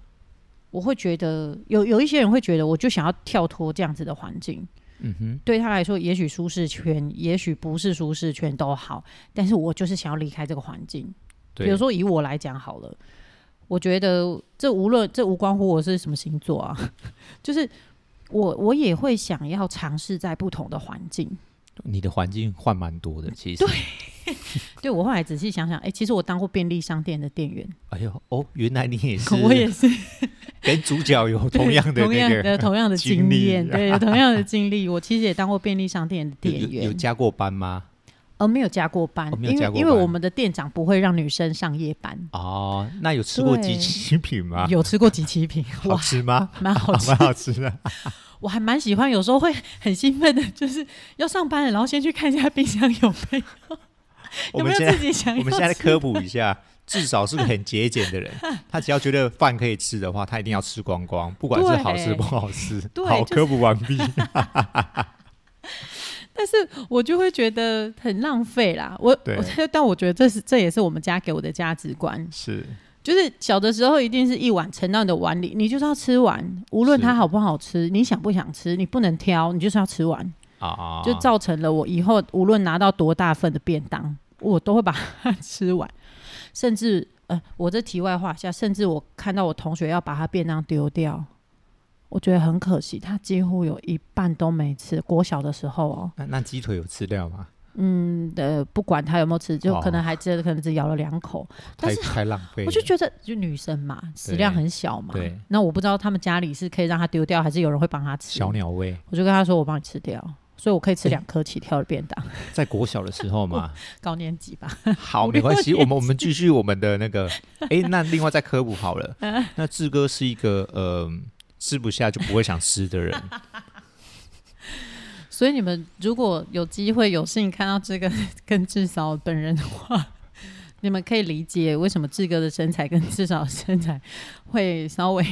Speaker 2: 我会觉得有有一些人会觉得，我就想要跳脱这样子的环境。
Speaker 1: 嗯哼，
Speaker 2: 对他来说，也许舒适圈，也许不是舒适圈都好，但是我就是想要离开这个环境。
Speaker 1: 对，
Speaker 2: 比如说以我来讲好了，我觉得这无论这无关乎我是什么星 座啊，就是我我也会想要尝试在不同的环境，
Speaker 1: 你的环境换蛮多的，其实。对。
Speaker 2: 对我后来仔细想想，哎、其实我当过便利商店的店员，
Speaker 1: 哎呦，哦，原来你也是，
Speaker 2: 我也是
Speaker 1: 跟主角有
Speaker 2: 对
Speaker 1: 同样的
Speaker 2: 同
Speaker 1: 那
Speaker 2: 样
Speaker 1: 个
Speaker 2: 的同样的
Speaker 1: 经
Speaker 2: 经
Speaker 1: 历
Speaker 2: 验，对， 有同样的经历。我其实也当过便利商店的
Speaker 1: 有有
Speaker 2: 店
Speaker 1: 有
Speaker 2: 员，
Speaker 1: 加过班吗？
Speaker 2: 呃，没有加过班，
Speaker 1: 哦没有
Speaker 2: 因
Speaker 1: 加
Speaker 2: 为
Speaker 1: 过
Speaker 2: 因为
Speaker 1: 班
Speaker 2: 我们的店长不会让女生上夜班。
Speaker 1: 哦，那有吃过
Speaker 2: 对
Speaker 1: 集齐品吗？
Speaker 2: 有吃过几期品，
Speaker 1: 好
Speaker 2: 哇，
Speaker 1: 吃吗？
Speaker 2: 蛮啊好吃
Speaker 1: 蛮好吃 的。
Speaker 2: 我还蛮喜欢，有时候会很兴奋的，就是要上班了，然后先去看一下冰箱有没有
Speaker 1: 我
Speaker 2: 有没
Speaker 1: 们
Speaker 2: 有
Speaker 1: 现在
Speaker 2: 自己想要
Speaker 1: 我们现在科普一下， 至少是个很节俭的人。他只要觉得饭可以吃的话，他一定要吃光光，不管是好吃
Speaker 2: 对
Speaker 1: 不好吃。
Speaker 2: 对
Speaker 1: 好，
Speaker 2: 就是
Speaker 1: 科普完毕。
Speaker 2: 但是我就会觉得很浪费啦。我
Speaker 1: 对
Speaker 2: 我但我觉得这是这也是我们家给我的价值观，
Speaker 1: 是
Speaker 2: 就是小的时候一定是一碗盛到你的碗里，你就是要吃完，无论
Speaker 1: 是
Speaker 2: 它好不好吃，你想不想吃，你不能挑，你就是要吃完，
Speaker 1: 啊，
Speaker 2: 就造成了我以后无论拿到多大份的便当，我都会把它吃完，甚至。呃，我这题外话一下，甚至我看到我同学要把他便当丢掉，我觉得很可惜，他几乎有一半都没吃。国小的时候哦，
Speaker 1: 那那鸡腿有吃掉吗？
Speaker 2: 嗯呃，不管他有没有吃，就
Speaker 1: 哦
Speaker 2: 可能还只可能只咬了两口，但
Speaker 1: 太
Speaker 2: 是
Speaker 1: 太浪费了。
Speaker 2: 我就觉得就女生嘛，食量很小嘛
Speaker 1: 对。
Speaker 2: 那我不知道他们家里是可以让他丢掉，还是有人会帮他吃。
Speaker 1: 小鸟胃，
Speaker 2: 我就跟他说我帮你吃掉，所以我可以吃两颗起跳的便当，
Speaker 1: 在国小的时候嘛，
Speaker 2: 高年级吧。
Speaker 1: 好，没关 系，我们我们继续我们的那个，哎，那另外再科普好 了。
Speaker 2: 嗯
Speaker 1: 那志哥是一个呃吃不下就不会想吃的 人，
Speaker 2: 所以你们如果有机会有幸看到这个 跟志嫂本人的话，你们可以理解为什么志哥的身材跟志嫂的身材会稍微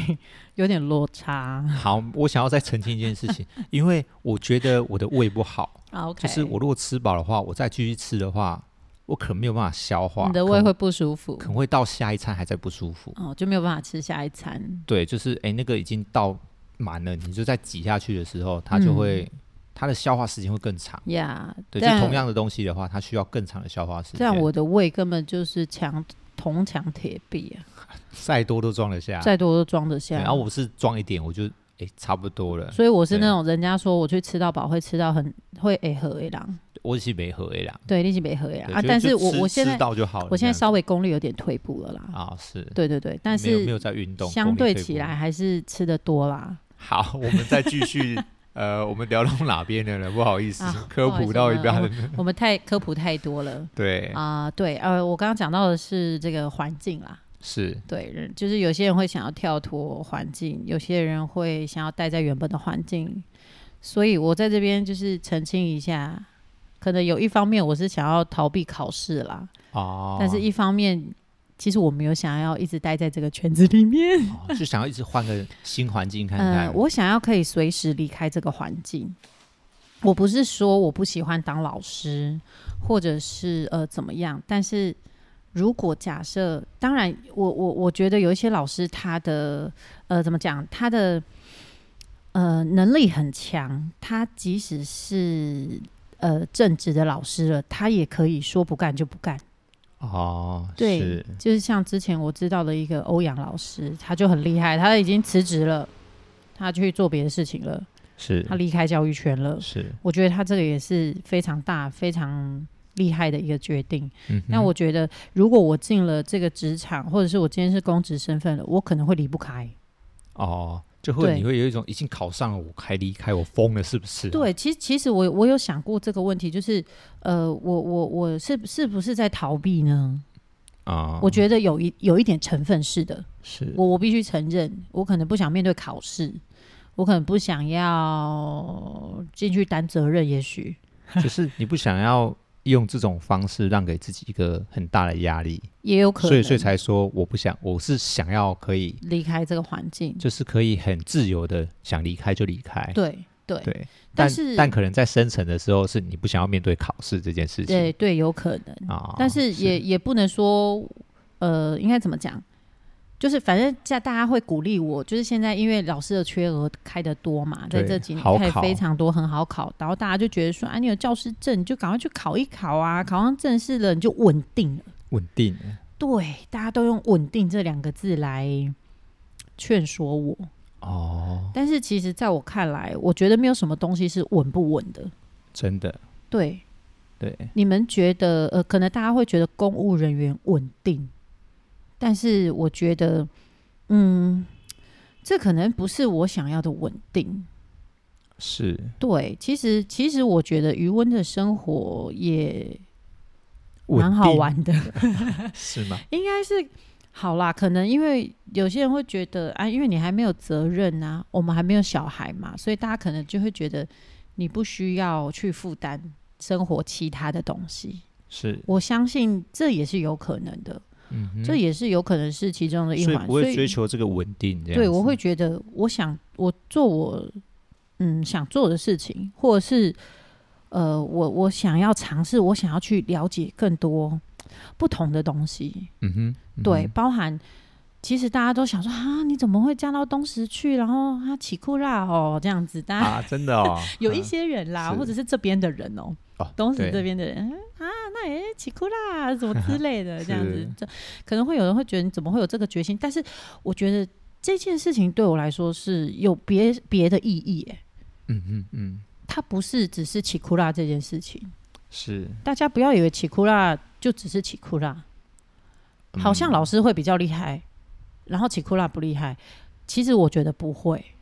Speaker 2: 有点落差。
Speaker 1: 好，我想要再澄清一件事情，因为我觉得我的胃不 好，
Speaker 2: 啊 OK，
Speaker 1: 就是我如果吃饱的话，我再继续吃的话，我可能没有办法消化，
Speaker 2: 你的
Speaker 1: 可
Speaker 2: 胃
Speaker 1: 能
Speaker 2: 会不舒服
Speaker 1: 可能会到下一餐还在不舒服。
Speaker 2: 哦，就没有办法吃下一餐。
Speaker 1: 对，就是哎、诶那个已经到满了，你就再挤下去的时候，它
Speaker 2: 嗯
Speaker 1: 就会、它的消化时间会更长。
Speaker 2: 呀、yeah,，
Speaker 1: 对，就同样的东西的话，它需要更长的消化时间。
Speaker 2: 这样啊我的胃根本就是墙铜墙铁壁啊，
Speaker 1: 再多都装得下，
Speaker 2: 再多都装得
Speaker 1: 啊对
Speaker 2: 下。
Speaker 1: 然后我是装一点，我就哎、诶差不多了。
Speaker 2: 啊所以我是
Speaker 1: 对
Speaker 2: 那种人家说我去吃到饱会吃到很会诶喝诶狼，
Speaker 1: 我是没合 A 啦，
Speaker 2: 对，力气没喝诶
Speaker 1: 对
Speaker 2: 狼啊。
Speaker 1: 就
Speaker 2: 但是
Speaker 1: 就
Speaker 2: 我
Speaker 1: 吃
Speaker 2: 我现
Speaker 1: 吃
Speaker 2: 在
Speaker 1: 到就哦好了这样，
Speaker 2: 我现在稍微功力有点退步了啦，
Speaker 1: 啊是，
Speaker 2: 对对对，但
Speaker 1: 没有没有
Speaker 2: 是
Speaker 1: 在运动，
Speaker 2: 相
Speaker 1: 功力
Speaker 2: 对
Speaker 1: 退
Speaker 2: 起
Speaker 1: 步
Speaker 2: 来还是吃的 多啦。
Speaker 1: 好，我们再继 续。呃，我们聊到哪边了呢？不好意思，
Speaker 2: 啊
Speaker 1: 科
Speaker 2: 不好意
Speaker 1: 普
Speaker 2: 思
Speaker 1: 到一
Speaker 2: 我
Speaker 1: 半了。
Speaker 2: 我们太科普太多了
Speaker 1: 对，
Speaker 2: 啊、对，呃，我刚刚讲到的是这个环境啦，
Speaker 1: 是
Speaker 2: 对，人就是有些人会想要跳脱环境，有些人会想要待在原本的环境，所以我在这边就是澄清一下，可能有一方面我是想要逃避考试啦，
Speaker 1: 哦，
Speaker 2: 但是一方面其实我没有想要一直待在这个圈子里面，
Speaker 1: 哦就想要一直换个新环境看
Speaker 2: 嗯、
Speaker 1: 看。
Speaker 2: 我想要可以随时离开这个环境。我不是说我不喜欢当老师，或者是呃怎么样，但是如果假设，当然我我我觉得有一些老师他的呃怎么讲，他的呃能力很强，他即使是呃正职的老师了，他也可以说不干就不干。
Speaker 1: 哦，
Speaker 2: 对
Speaker 1: 是，
Speaker 2: 就是像之前我知道的一个欧阳老师，他就很厉害，他已经辞职了，他去做别的事情了，
Speaker 1: 是
Speaker 2: 他离开教育圈了。
Speaker 1: 是，
Speaker 2: 我觉得他这个也是非常大、非常厉害的一个决定。
Speaker 1: 嗯哼，
Speaker 2: 那我觉得，如果我进了这个职场，或者是我今天是公职身份了，我可能会离不开。
Speaker 1: 哦，就会
Speaker 2: 对
Speaker 1: 你会有一种已经考上了，我还离开，我疯了，是不是？，
Speaker 2: 对，其实其实我我有想过这个问题，就是呃，我我我是是不是在逃避呢？
Speaker 1: 啊，
Speaker 2: 我觉得有一有一点成分是的，
Speaker 1: 是
Speaker 2: 我我必须承认，我可能不想面对考试，我可能不想要进去担责任，也许
Speaker 1: 就是你不想要用这种方式让给自己一个很大的压力，
Speaker 2: 也有可能，
Speaker 1: 所以所以才说我不想，我是想要可以，
Speaker 2: 离开这个环境。
Speaker 1: 就是可以很自由的想离开就离开。
Speaker 2: 对对
Speaker 1: 对，
Speaker 2: 但
Speaker 1: 但
Speaker 2: 是
Speaker 1: 但可能在深层的时候，是你不想要面对考试这件事情
Speaker 2: 对对，有可能，
Speaker 1: 啊，
Speaker 2: 但是也也不能说，呃，应该怎么讲？就是反正在大家会鼓励我，就是现在因为老师的缺额开的多嘛，在
Speaker 1: 对
Speaker 2: 这几年
Speaker 1: 好
Speaker 2: 开
Speaker 1: 考
Speaker 2: 非常多，很好考，然后大家就觉得说，啊，你有教师证，你就赶快去考一考啊，考上正式了你就稳定了。
Speaker 1: 稳定
Speaker 2: 对，大家都用“稳定”这两个字来劝说我，
Speaker 1: 哦，
Speaker 2: 但是其实在我看来，我觉得没有什么东西是稳不稳的。
Speaker 1: 真的
Speaker 2: 对，
Speaker 1: 对，
Speaker 2: 你们觉得呃，可能大家会觉得公务人员稳定，但是我觉得，嗯，这可能不是我想要的稳定。
Speaker 1: 是
Speaker 2: 对，其实其实我觉得余温的生活也
Speaker 1: 稳
Speaker 2: 蛮好
Speaker 1: 定
Speaker 2: 玩的，
Speaker 1: 是吗？
Speaker 2: 应该是好啦。可能因为有些人会觉得啊，因为你还没有责任啊，我们还没有小孩嘛，所以大家可能就会觉得你不需要去负担生活其他的东西。
Speaker 1: 是，
Speaker 2: 我相信这也是有可能的，
Speaker 1: 嗯哼，
Speaker 2: 这也是有可能是其中的一
Speaker 1: 所以
Speaker 2: 环。
Speaker 1: 不
Speaker 2: 所
Speaker 1: 会
Speaker 2: 以
Speaker 1: 追求这个稳定，这样
Speaker 2: 对，
Speaker 1: 子
Speaker 2: 我会觉得，我想我做我嗯想做的事情，或者是呃，我我想要尝试，我想要去了解更多不同的东西。
Speaker 1: 嗯哼，嗯
Speaker 2: 对，
Speaker 1: 哼，
Speaker 2: 包含其实大家都想说啊，你怎么会嫁到东石去？然后啊，起库拉哦，这样子，大家、，
Speaker 1: 啊，真的哦
Speaker 2: 有一
Speaker 1: 嗯
Speaker 2: 些人啦，
Speaker 1: 是
Speaker 2: 或者是这边的人哦、
Speaker 1: 哦，
Speaker 2: 东石
Speaker 1: 对
Speaker 2: 这边的人嗯啊，那也是起哭啦，什么 之类的，这样子
Speaker 1: 是，
Speaker 2: 这可能会有人会觉得你怎么会有这个决心？但是我觉得这件事情对我来说是有别别的意义、欸，
Speaker 1: 嗯嗯嗯，
Speaker 2: 它不是只是起哭啦这件事情。
Speaker 1: 是，
Speaker 2: 大家不要以为起哭啦就只是起哭啦，好像
Speaker 1: 嗯
Speaker 2: 老师会比较厉害，然后起哭啦不厉害。其实我觉得不会，
Speaker 1: 嗯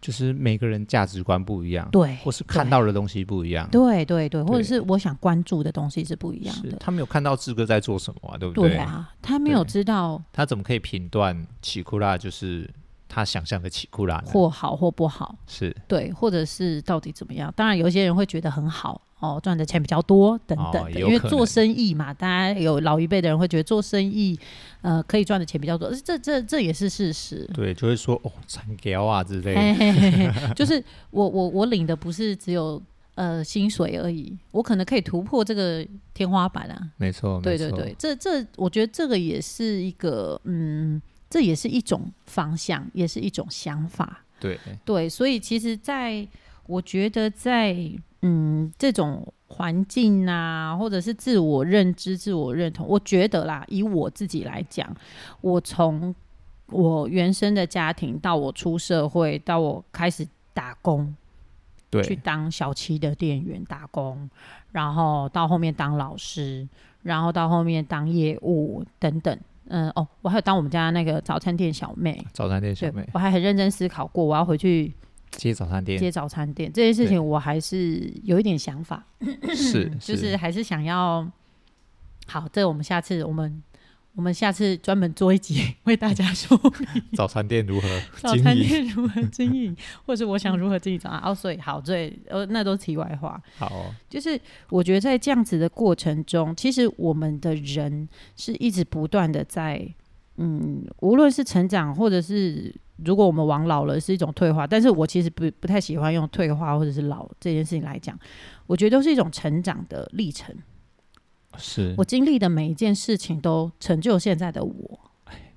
Speaker 1: 就是每个人价值观不一样，
Speaker 2: 对
Speaker 1: 或是看到的东西不一样，
Speaker 2: 对对对，或者
Speaker 1: 对
Speaker 2: 是我想关注的东西是不一样
Speaker 1: 是
Speaker 2: 的。
Speaker 1: 他没有看到志哥在做什么啊，对不
Speaker 2: 对啊，他没有
Speaker 1: 对
Speaker 2: 知道
Speaker 1: 他怎么可以评断起库拉就是他想象的起库拉呢？
Speaker 2: 或好或不好，
Speaker 1: 是
Speaker 2: 对，或者是到底怎么样？当然，有一些人会觉得很好哦，赚的钱比较多等等
Speaker 1: 哦
Speaker 2: 的，
Speaker 1: 也
Speaker 2: 因
Speaker 1: 有
Speaker 2: 为
Speaker 1: 可
Speaker 2: 做
Speaker 1: 能
Speaker 2: 生意嘛，大家有老一辈的人会觉得做生意，呃，可以赚的钱比较多，这这这也是事实。
Speaker 1: 对，就会说哦，惨屌啊之类
Speaker 2: 嘿
Speaker 1: 的，
Speaker 2: 嘿 嘿嘿就是我我我领的不是只有呃薪水而已，我可能可以突破这个天花板啊。
Speaker 1: 没错，
Speaker 2: 对
Speaker 1: 没
Speaker 2: 对
Speaker 1: 错
Speaker 2: 对，，这这我觉得这个也是一个嗯，这也是一种方向，也是一种想法。
Speaker 1: 对，
Speaker 2: 对，所以其实在，我觉得在嗯这种环境啊，或者是自我认知、自我认同，我觉得啦，以我自己来讲，我从我原生的家庭到我出社会，到我开始打工，去
Speaker 1: 对，
Speaker 2: 当小七的店员打工，然后到后面当老师，然后到后面当业务等等。嗯哦，我还有当我们家那个早餐店小妹，
Speaker 1: 早餐店小
Speaker 2: 对
Speaker 1: 妹
Speaker 2: 我还很认真思考过，我要回去
Speaker 1: 接早餐店
Speaker 2: 接早餐店这件事情，我还是有一点想法，
Speaker 1: 是
Speaker 2: 就是还是想要。好，这我们下次我们我们下次专门做一集为大家 说
Speaker 1: 早餐店如何
Speaker 2: 早
Speaker 1: 经
Speaker 2: 餐
Speaker 1: 营？
Speaker 2: 店如何经营，或是我想如何经营早餐。哦，所以好，这呃那都是题外话。
Speaker 1: 好哦，
Speaker 2: 就是我觉得在这样子的过程中，其实我们的人是一直不断的在，嗯，无论是成长或者是如果我们往老了是一种退化，但是我其实不不太喜欢用退化或者是老这件事情来讲，我觉得都是一种成长的历程。
Speaker 1: 是
Speaker 2: 我经历的每一件事情都成就现在的我，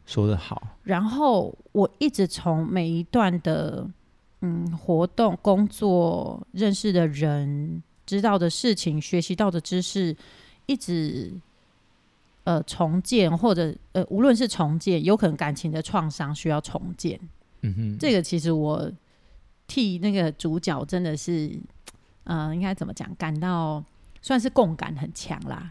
Speaker 1: 说的好，
Speaker 2: 然后我一直从每一段的嗯活动、工作、认识的人、知道的事情、学习到的知识，一直呃重建，或者呃无论是重建，有可能感情的创伤需要重建。
Speaker 1: 嗯哼，
Speaker 2: 这个其实我替那个主角真的是，呃，应该怎么讲，感到算是共感很强啦。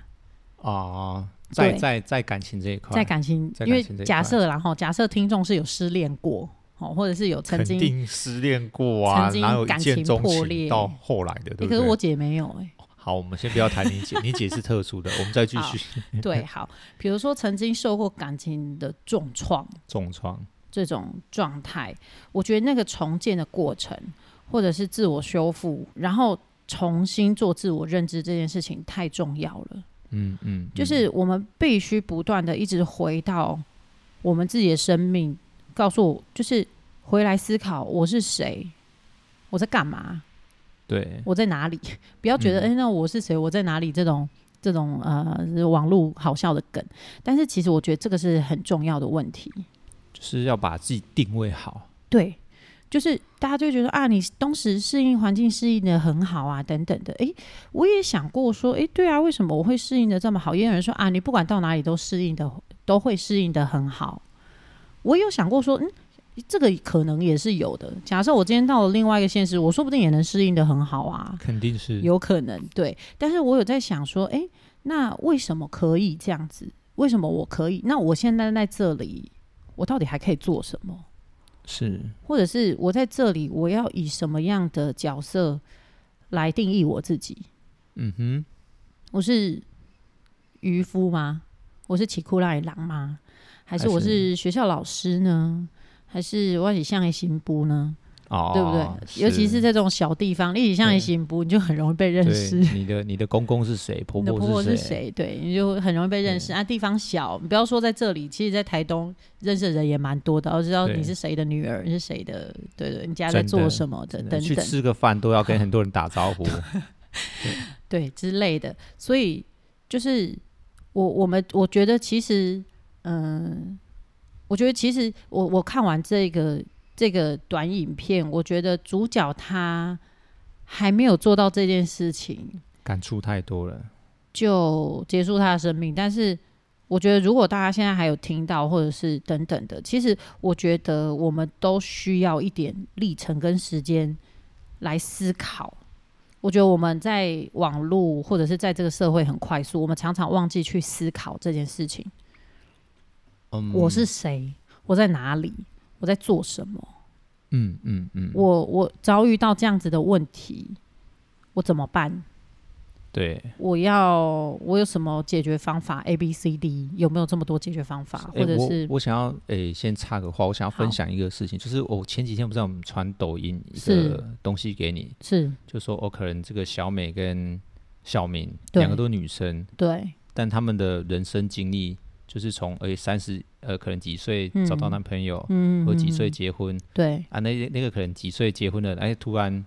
Speaker 1: 啊，在
Speaker 2: 对
Speaker 1: 在在感情这一块，
Speaker 2: 在感情，
Speaker 1: 在
Speaker 2: 因
Speaker 1: 感
Speaker 2: 为
Speaker 1: 情这一
Speaker 2: 假
Speaker 1: 块
Speaker 2: 设然后假设听众是有失恋过哦，或者是有曾
Speaker 1: 肯
Speaker 2: 经
Speaker 1: 定失恋过啊，
Speaker 2: 曾经
Speaker 1: 哪有一
Speaker 2: 感
Speaker 1: 见
Speaker 2: 情
Speaker 1: 钟
Speaker 2: 破
Speaker 1: 情
Speaker 2: 裂
Speaker 1: 到后来的，
Speaker 2: 欸
Speaker 1: 对不
Speaker 2: 可是我
Speaker 1: 对？
Speaker 2: 姐没有哎、
Speaker 1: 好，我们先不要谈你 姐，你姐是特殊的，我们再继
Speaker 2: 好
Speaker 1: 续
Speaker 2: 对，好，比如说曾经受过感情的重创
Speaker 1: 重创，
Speaker 2: 这种状态，我觉得那个重建的过程，或者是自我修复，然后重新做自我认知这件事情太重要了。
Speaker 1: 嗯嗯，嗯
Speaker 2: 就是我们必须不断的一直回到我们自己的生命，告诉我，就是回来思考我是谁，我在干嘛，
Speaker 1: 对，
Speaker 2: 我在哪里？ 不要觉得，哎、
Speaker 1: 嗯
Speaker 2: 那我是谁？我在哪里？这种这种呃，网络好笑的梗。但是其实我觉得这个是很重要的问题。
Speaker 1: 就是要把自己定位好，
Speaker 2: 对，就是大家就会觉得啊，你当时适应环境适应的很好啊，等等的。哎、我也想过说，哎、对啊，为什么我会适应的这么好？也有人说啊，你不管到哪里都适应的，都会适应的很好。我有想过说，嗯，这个可能也是有的。假设我今天到了另外一个现实，我说不定也能适应的很好啊，
Speaker 1: 肯定是
Speaker 2: 有可能对。但是我有在想说，诶，那为什么可以这样子？为什么我可以？那我现在在这里，我到底还可以做什么？
Speaker 1: 是
Speaker 2: 或者是我在这里，我要以什么样的角色来定义我自己？
Speaker 1: 嗯哼，
Speaker 2: 我是渔夫吗？我是奇库拉里狼吗？还是
Speaker 1: 还是
Speaker 2: 我是学校老师呢？还是我是像一新部呢？
Speaker 1: 哦，
Speaker 2: 对不对？尤其是在这种小地方，你像一新部，你就很容易被认
Speaker 1: 对
Speaker 2: 识。
Speaker 1: 你的你的公公是谁，婆
Speaker 2: 你的婆
Speaker 1: 婆
Speaker 2: 婆是
Speaker 1: 谁？
Speaker 2: 谁？对，你就很容易被认识啊。地方小，你不要说在这里，其实，在台东认识的人也蛮多的。哦我知道
Speaker 1: 对
Speaker 2: 你是谁的女儿，你是谁的，对对，你家
Speaker 1: 真
Speaker 2: 在
Speaker 1: 的
Speaker 2: 做什么的，等
Speaker 1: 去
Speaker 2: 等。
Speaker 1: 吃个饭都 要跟很多人打招呼，
Speaker 2: 对之类的。所以就是我我们我觉得其实，嗯，我觉得其实我我看完这个这个短影片，我觉得主角他还没有做到这件事情
Speaker 1: 感触太多了。
Speaker 2: 就结束他的生命，但是。我觉得，如果大家现在还有听到，或者是等等的，其实我觉得我们都需要一点历程跟时间来思考。我觉得我们在网络或者是在这个社会很快速，我们常常忘记去思考这件事情：
Speaker 1: 嗯，
Speaker 2: 我是谁？我在哪里？我在做什么？
Speaker 1: 嗯嗯嗯，
Speaker 2: 我我遭遇到这样子的问题，我怎么办？
Speaker 1: 对，
Speaker 2: 我要我有什么解决方法？A、B、C、D 有没有这么多解决方法？
Speaker 1: 诶
Speaker 2: 或者是
Speaker 1: 我我想要诶、先插个话，我想要
Speaker 2: 好
Speaker 1: 分享一个事情，就是我前几天不是我们传抖音一
Speaker 2: 是
Speaker 1: 个东西给你，
Speaker 2: 是
Speaker 1: 就说哦，可能这个小美跟小明
Speaker 2: 对
Speaker 1: 两个都是女生，
Speaker 2: 对
Speaker 1: 但她们的人生经历就是从诶三十呃可能几岁
Speaker 2: 嗯
Speaker 1: 找到男朋友，
Speaker 2: 嗯
Speaker 1: 或几岁结婚
Speaker 2: 对
Speaker 1: 啊，那那个可能几岁结婚了，哎，突然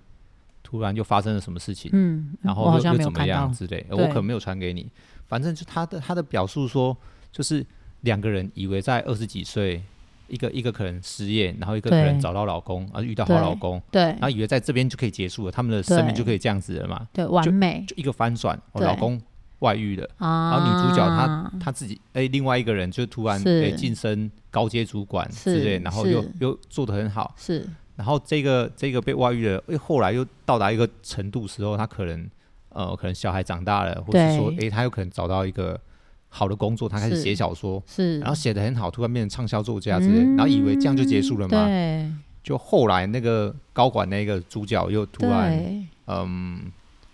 Speaker 1: 突然就发生了什么事情，
Speaker 2: 嗯，
Speaker 1: 然后
Speaker 2: 我好
Speaker 1: 又
Speaker 2: 像
Speaker 1: 又
Speaker 2: 没有
Speaker 1: 怎么
Speaker 2: 看到
Speaker 1: 样，之类，呃
Speaker 2: 对
Speaker 1: 我可能没有传给你。反正就他的他的表述说，就是两个人以为在二十几岁，一个一个可能失业，然后一个可
Speaker 2: 对
Speaker 1: 能找到老公，啊遇到好
Speaker 2: 对
Speaker 1: 老公，
Speaker 2: 对
Speaker 1: 然后以为在这边就可以结束了，他们的生命
Speaker 2: 对
Speaker 1: 就可以这样子了嘛，
Speaker 2: 对完美
Speaker 1: 就一个翻转，哦、
Speaker 2: 对
Speaker 1: 老公外遇了，
Speaker 2: 啊。
Speaker 1: 然后女主角她她自己哎、另外一个人就突然
Speaker 2: 是
Speaker 1: 哎晋升高阶主管
Speaker 2: 是
Speaker 1: 之类，然后又
Speaker 2: 是
Speaker 1: 又做得很好，
Speaker 2: 是
Speaker 1: 然后这个这个被外遇的，诶后来又到达一个程度时候，他可能呃，可能小孩长大了，或者说，
Speaker 2: 对
Speaker 1: 诶，他有可能找到一个好的工作，他开始
Speaker 2: 是
Speaker 1: 写小说，
Speaker 2: 是，
Speaker 1: 然后写的很好，突然变成畅销作家之类，
Speaker 2: 嗯
Speaker 1: 然后以为这样就结束了嘛？
Speaker 2: 对，
Speaker 1: 就后来那个高管那个主角又突然，
Speaker 2: 对
Speaker 1: 嗯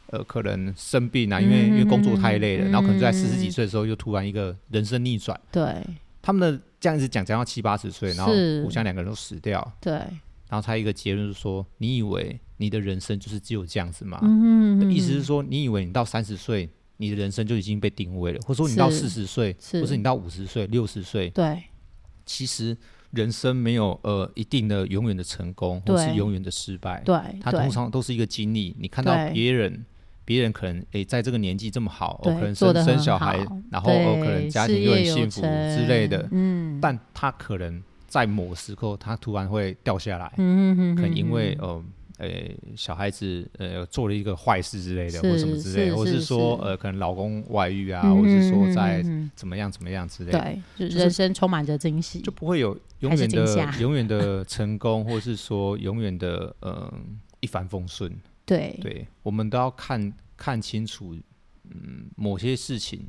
Speaker 1: 呃，可能生病啊，因为因为工作太累了，
Speaker 2: 嗯
Speaker 1: 然后可能就在四十几岁的时候又突然一个人生逆转，
Speaker 2: 对
Speaker 1: 他们的这样子讲讲到七八十岁，然后
Speaker 2: 是
Speaker 1: 互相两个人都死掉，
Speaker 2: 对，
Speaker 1: 然后他一个结论是说，你以为你的人生就是只有这样子吗？
Speaker 2: 嗯
Speaker 1: 意思是说，你以为你到三十岁，你的人生就已经被定位了，或者说你
Speaker 2: 是
Speaker 1: 到四十岁，
Speaker 2: 是
Speaker 1: 或是你到五十岁、六十岁，
Speaker 2: 对
Speaker 1: 其实人生没有呃一定的永远的成功，
Speaker 2: 对
Speaker 1: 或是永远的失败，
Speaker 2: 对
Speaker 1: 它
Speaker 2: 对
Speaker 1: 通常都是一个经历。你看到
Speaker 2: 对
Speaker 1: 别人。别人可能诶、在这个年纪这么好，哦，
Speaker 2: 对
Speaker 1: 可能
Speaker 2: 做
Speaker 1: 生
Speaker 2: 得
Speaker 1: 生
Speaker 2: 很
Speaker 1: 小孩
Speaker 2: 好，
Speaker 1: 然后哦，
Speaker 2: 对
Speaker 1: 可能家庭
Speaker 2: 事
Speaker 1: 又很
Speaker 2: 业有
Speaker 1: 幸福之类的
Speaker 2: 成，嗯，
Speaker 1: 但他可能在某时候，他突然会掉下来，
Speaker 2: 嗯哼
Speaker 1: 可能因为
Speaker 2: 哼
Speaker 1: 呃
Speaker 2: 嗯
Speaker 1: 呃小孩子呃做了一个坏事之类的，
Speaker 2: 是
Speaker 1: 或者什么之类
Speaker 2: 是
Speaker 1: 的，或者
Speaker 2: 是
Speaker 1: 是说
Speaker 2: 是
Speaker 1: 呃可能老公外遇啊，
Speaker 2: 哼
Speaker 1: 或者是说
Speaker 2: 嗯哼
Speaker 1: 在
Speaker 2: 嗯哼嗯
Speaker 1: 怎么样怎么样之类的，
Speaker 2: 对，就
Speaker 1: 就是
Speaker 2: 人生充满着惊喜，
Speaker 1: 就不会有永
Speaker 2: 还是
Speaker 1: 远
Speaker 2: 惊
Speaker 1: 的
Speaker 2: 吓
Speaker 1: 永远的成功，或是说永远的嗯、呃一帆风顺。
Speaker 2: 对
Speaker 1: 对，我们都要看看清楚，嗯，某些事情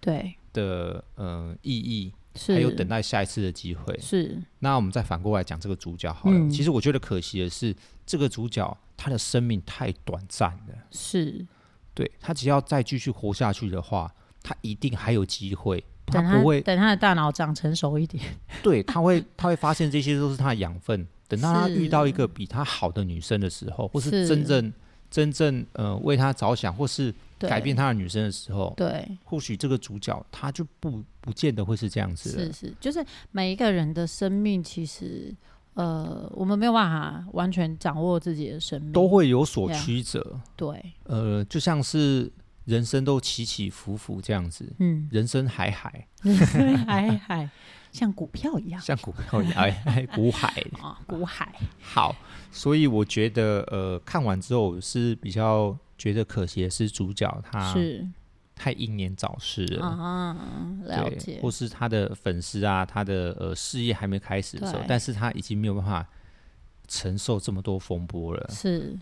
Speaker 2: 对
Speaker 1: 的呃意义，
Speaker 2: 是，
Speaker 1: 还有等待下一次的机会。
Speaker 2: 是
Speaker 1: 那我们再反过来讲这个主角好了。
Speaker 2: 嗯
Speaker 1: 其实我觉得可惜的是，这个主角他的生命太短暂了。
Speaker 2: 是，
Speaker 1: 对他只要再继续活下去的话，他一定还有机会。他
Speaker 2: 等他
Speaker 1: 不会，
Speaker 2: 等他的大脑长成熟一点，
Speaker 1: 对他会， 他会发现这些都是他的养分。等到他
Speaker 2: 是
Speaker 1: 遇到一个比他好的女生的时候，或
Speaker 2: 是
Speaker 1: 是真正真正呃为他着想，或是
Speaker 2: 对
Speaker 1: 改变他的女生的时候，
Speaker 2: 对。
Speaker 1: 或许这个主角他就不不见得会是这样子
Speaker 2: 是
Speaker 1: 的。
Speaker 2: 是，就是每一个人的生命，其实呃，我们没有办法完全掌握自己的生命，
Speaker 1: 都会有所
Speaker 2: 对啊
Speaker 1: 曲折。
Speaker 2: 对，
Speaker 1: 呃，就像是人生都起起伏伏这样子，
Speaker 2: 嗯，
Speaker 1: 人生海 海，
Speaker 2: 海海像股票一样
Speaker 1: 像股票一样，哎哎股海。
Speaker 2: 啊，股海
Speaker 1: 好，所以我觉得，呃，看完之后我是比较觉得可惜的是主角他
Speaker 2: 是
Speaker 1: 太英年早逝了。
Speaker 2: 啊，了
Speaker 1: 对，
Speaker 2: 解
Speaker 1: 或，是他的粉丝啊，他的呃事业还没开始的时候
Speaker 2: 对，
Speaker 1: 但是他已经没有办法承受这么多风波了。
Speaker 2: 是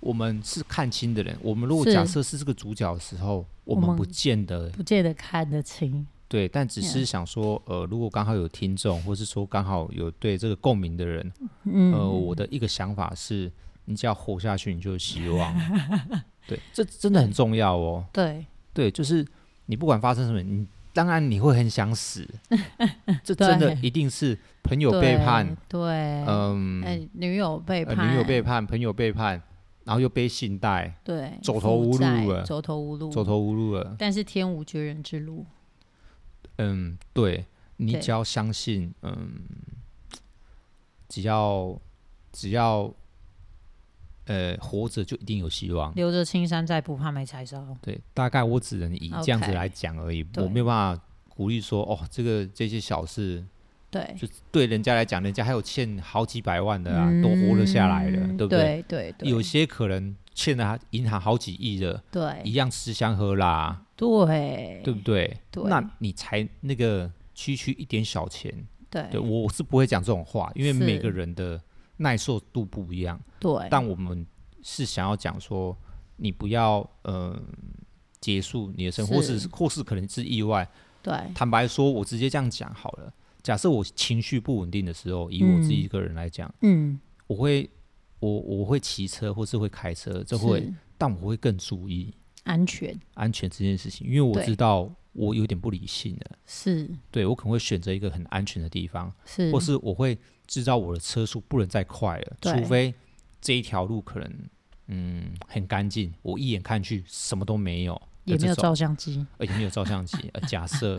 Speaker 1: 我们是看清的人，我们如果
Speaker 2: 是
Speaker 1: 假设是这个主角的时候，我
Speaker 2: 我
Speaker 1: 们
Speaker 2: 们
Speaker 1: 不见得
Speaker 2: 不见得看得清，
Speaker 1: 对，但只是想说，呃，如果刚好有听众，或是说刚好有对这个共鸣的人，
Speaker 2: 嗯，
Speaker 1: 呃，我的一个想法是，你只要活下去，你就有希望。 对，这真的很重要哦。
Speaker 2: 对，
Speaker 1: 对，就是你不管发生什么，你当然你会很想 死，这真的
Speaker 2: 对
Speaker 1: 一定是朋友背叛，
Speaker 2: 对，对，
Speaker 1: 嗯，
Speaker 2: 哎，女友背
Speaker 1: 呃
Speaker 2: 叛，
Speaker 1: 女友背叛，朋友背叛，然后又背信贷，
Speaker 2: 对，
Speaker 1: 走投无
Speaker 2: 负债
Speaker 1: 路了
Speaker 2: 走投无路，
Speaker 1: 走投无路了。
Speaker 2: 但是天无绝人之路，
Speaker 1: 嗯，对你
Speaker 2: 对
Speaker 1: 只要相信，嗯，只要只要呃活着就一定有希望。
Speaker 2: 留着青山在，不怕没柴烧。
Speaker 1: 对，大概我只能以这样子
Speaker 2: OK
Speaker 1: 来讲而已
Speaker 2: 对
Speaker 1: 我没有办法鼓励说哦，这个这些小事
Speaker 2: 对，
Speaker 1: 就对人家来讲，人家还有欠好几百万的啊，都活了下来了，
Speaker 2: 嗯
Speaker 1: 对不对？
Speaker 2: 对？对对，
Speaker 1: 有些可能欠了银行好几亿的，一
Speaker 2: 对
Speaker 1: 样吃香喝辣，啊
Speaker 2: 对
Speaker 1: 对不对？
Speaker 2: 对
Speaker 1: 那你才那个区区一点小钱，
Speaker 2: 对
Speaker 1: 对，我是不会讲这种话，因为
Speaker 2: 是
Speaker 1: 每个人的耐受度不一样。
Speaker 2: 对，
Speaker 1: 但我们是想要讲说，你不要呃结束你的生活，或
Speaker 2: 是
Speaker 1: 是或是可能是意外。
Speaker 2: 对
Speaker 1: 坦白说，我直接这样讲好了。假设我情绪不稳定的时候，以我自己一个人来讲，
Speaker 2: 嗯，
Speaker 1: 我会我我会骑车或是会开车，这会，
Speaker 2: 是
Speaker 1: 但我会更注意
Speaker 2: 安全
Speaker 1: 安全这件事情，因为我
Speaker 2: 对
Speaker 1: 知道我有点不理性了。
Speaker 2: 是
Speaker 1: 对我可能会选择一个很安全的地方，
Speaker 2: 是，
Speaker 1: 或是我会知道我的车速不能再快了，
Speaker 2: 对
Speaker 1: 除非这一条路可能嗯很干净，我一眼看去什么都没有
Speaker 2: 也
Speaker 1: 的
Speaker 2: 没
Speaker 1: 这
Speaker 2: 有照
Speaker 1: 种，
Speaker 2: 相机，
Speaker 1: 而且没有照相机，呃，假 设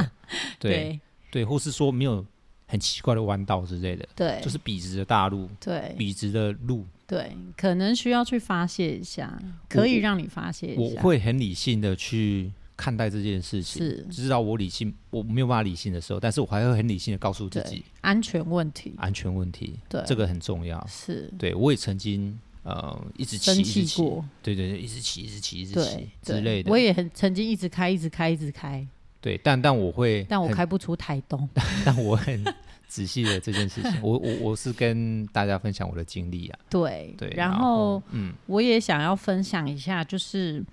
Speaker 1: 对对，或是说没有很奇怪的弯道之类的，
Speaker 2: 对，
Speaker 1: 就是笔直的大路，
Speaker 2: 对
Speaker 1: 笔直的路，
Speaker 2: 对，可能需要去发泄一下，可以
Speaker 1: 我
Speaker 2: 让你发泄一
Speaker 1: 我
Speaker 2: 下，
Speaker 1: 会很理性的去看待这件事情。
Speaker 2: 是
Speaker 1: 知道我理性，我没有办法理性的时候，但是我还会很理性的告诉自
Speaker 2: 对
Speaker 1: 己
Speaker 2: 安全问题，
Speaker 1: 安全问题，
Speaker 2: 对，
Speaker 1: 这个很重要。
Speaker 2: 是
Speaker 1: 对我也曾经呃一直骑
Speaker 2: 生
Speaker 1: 一直
Speaker 2: 气
Speaker 1: 骑
Speaker 2: 过，
Speaker 1: 对对对，一直骑，一直骑，一直骑
Speaker 2: 对
Speaker 1: 之类
Speaker 2: 对，
Speaker 1: 的。
Speaker 2: 我也很曾经一直开，一直开，一直开，
Speaker 1: 对，但但我会，
Speaker 2: 但我
Speaker 1: 很，
Speaker 2: 开不出台东，
Speaker 1: 但我很 仔细的这件事情，我我我是跟大家分享我的经历啊。
Speaker 2: 对
Speaker 1: 对，
Speaker 2: 然
Speaker 1: 后嗯，
Speaker 2: 我也想要分享一下，就是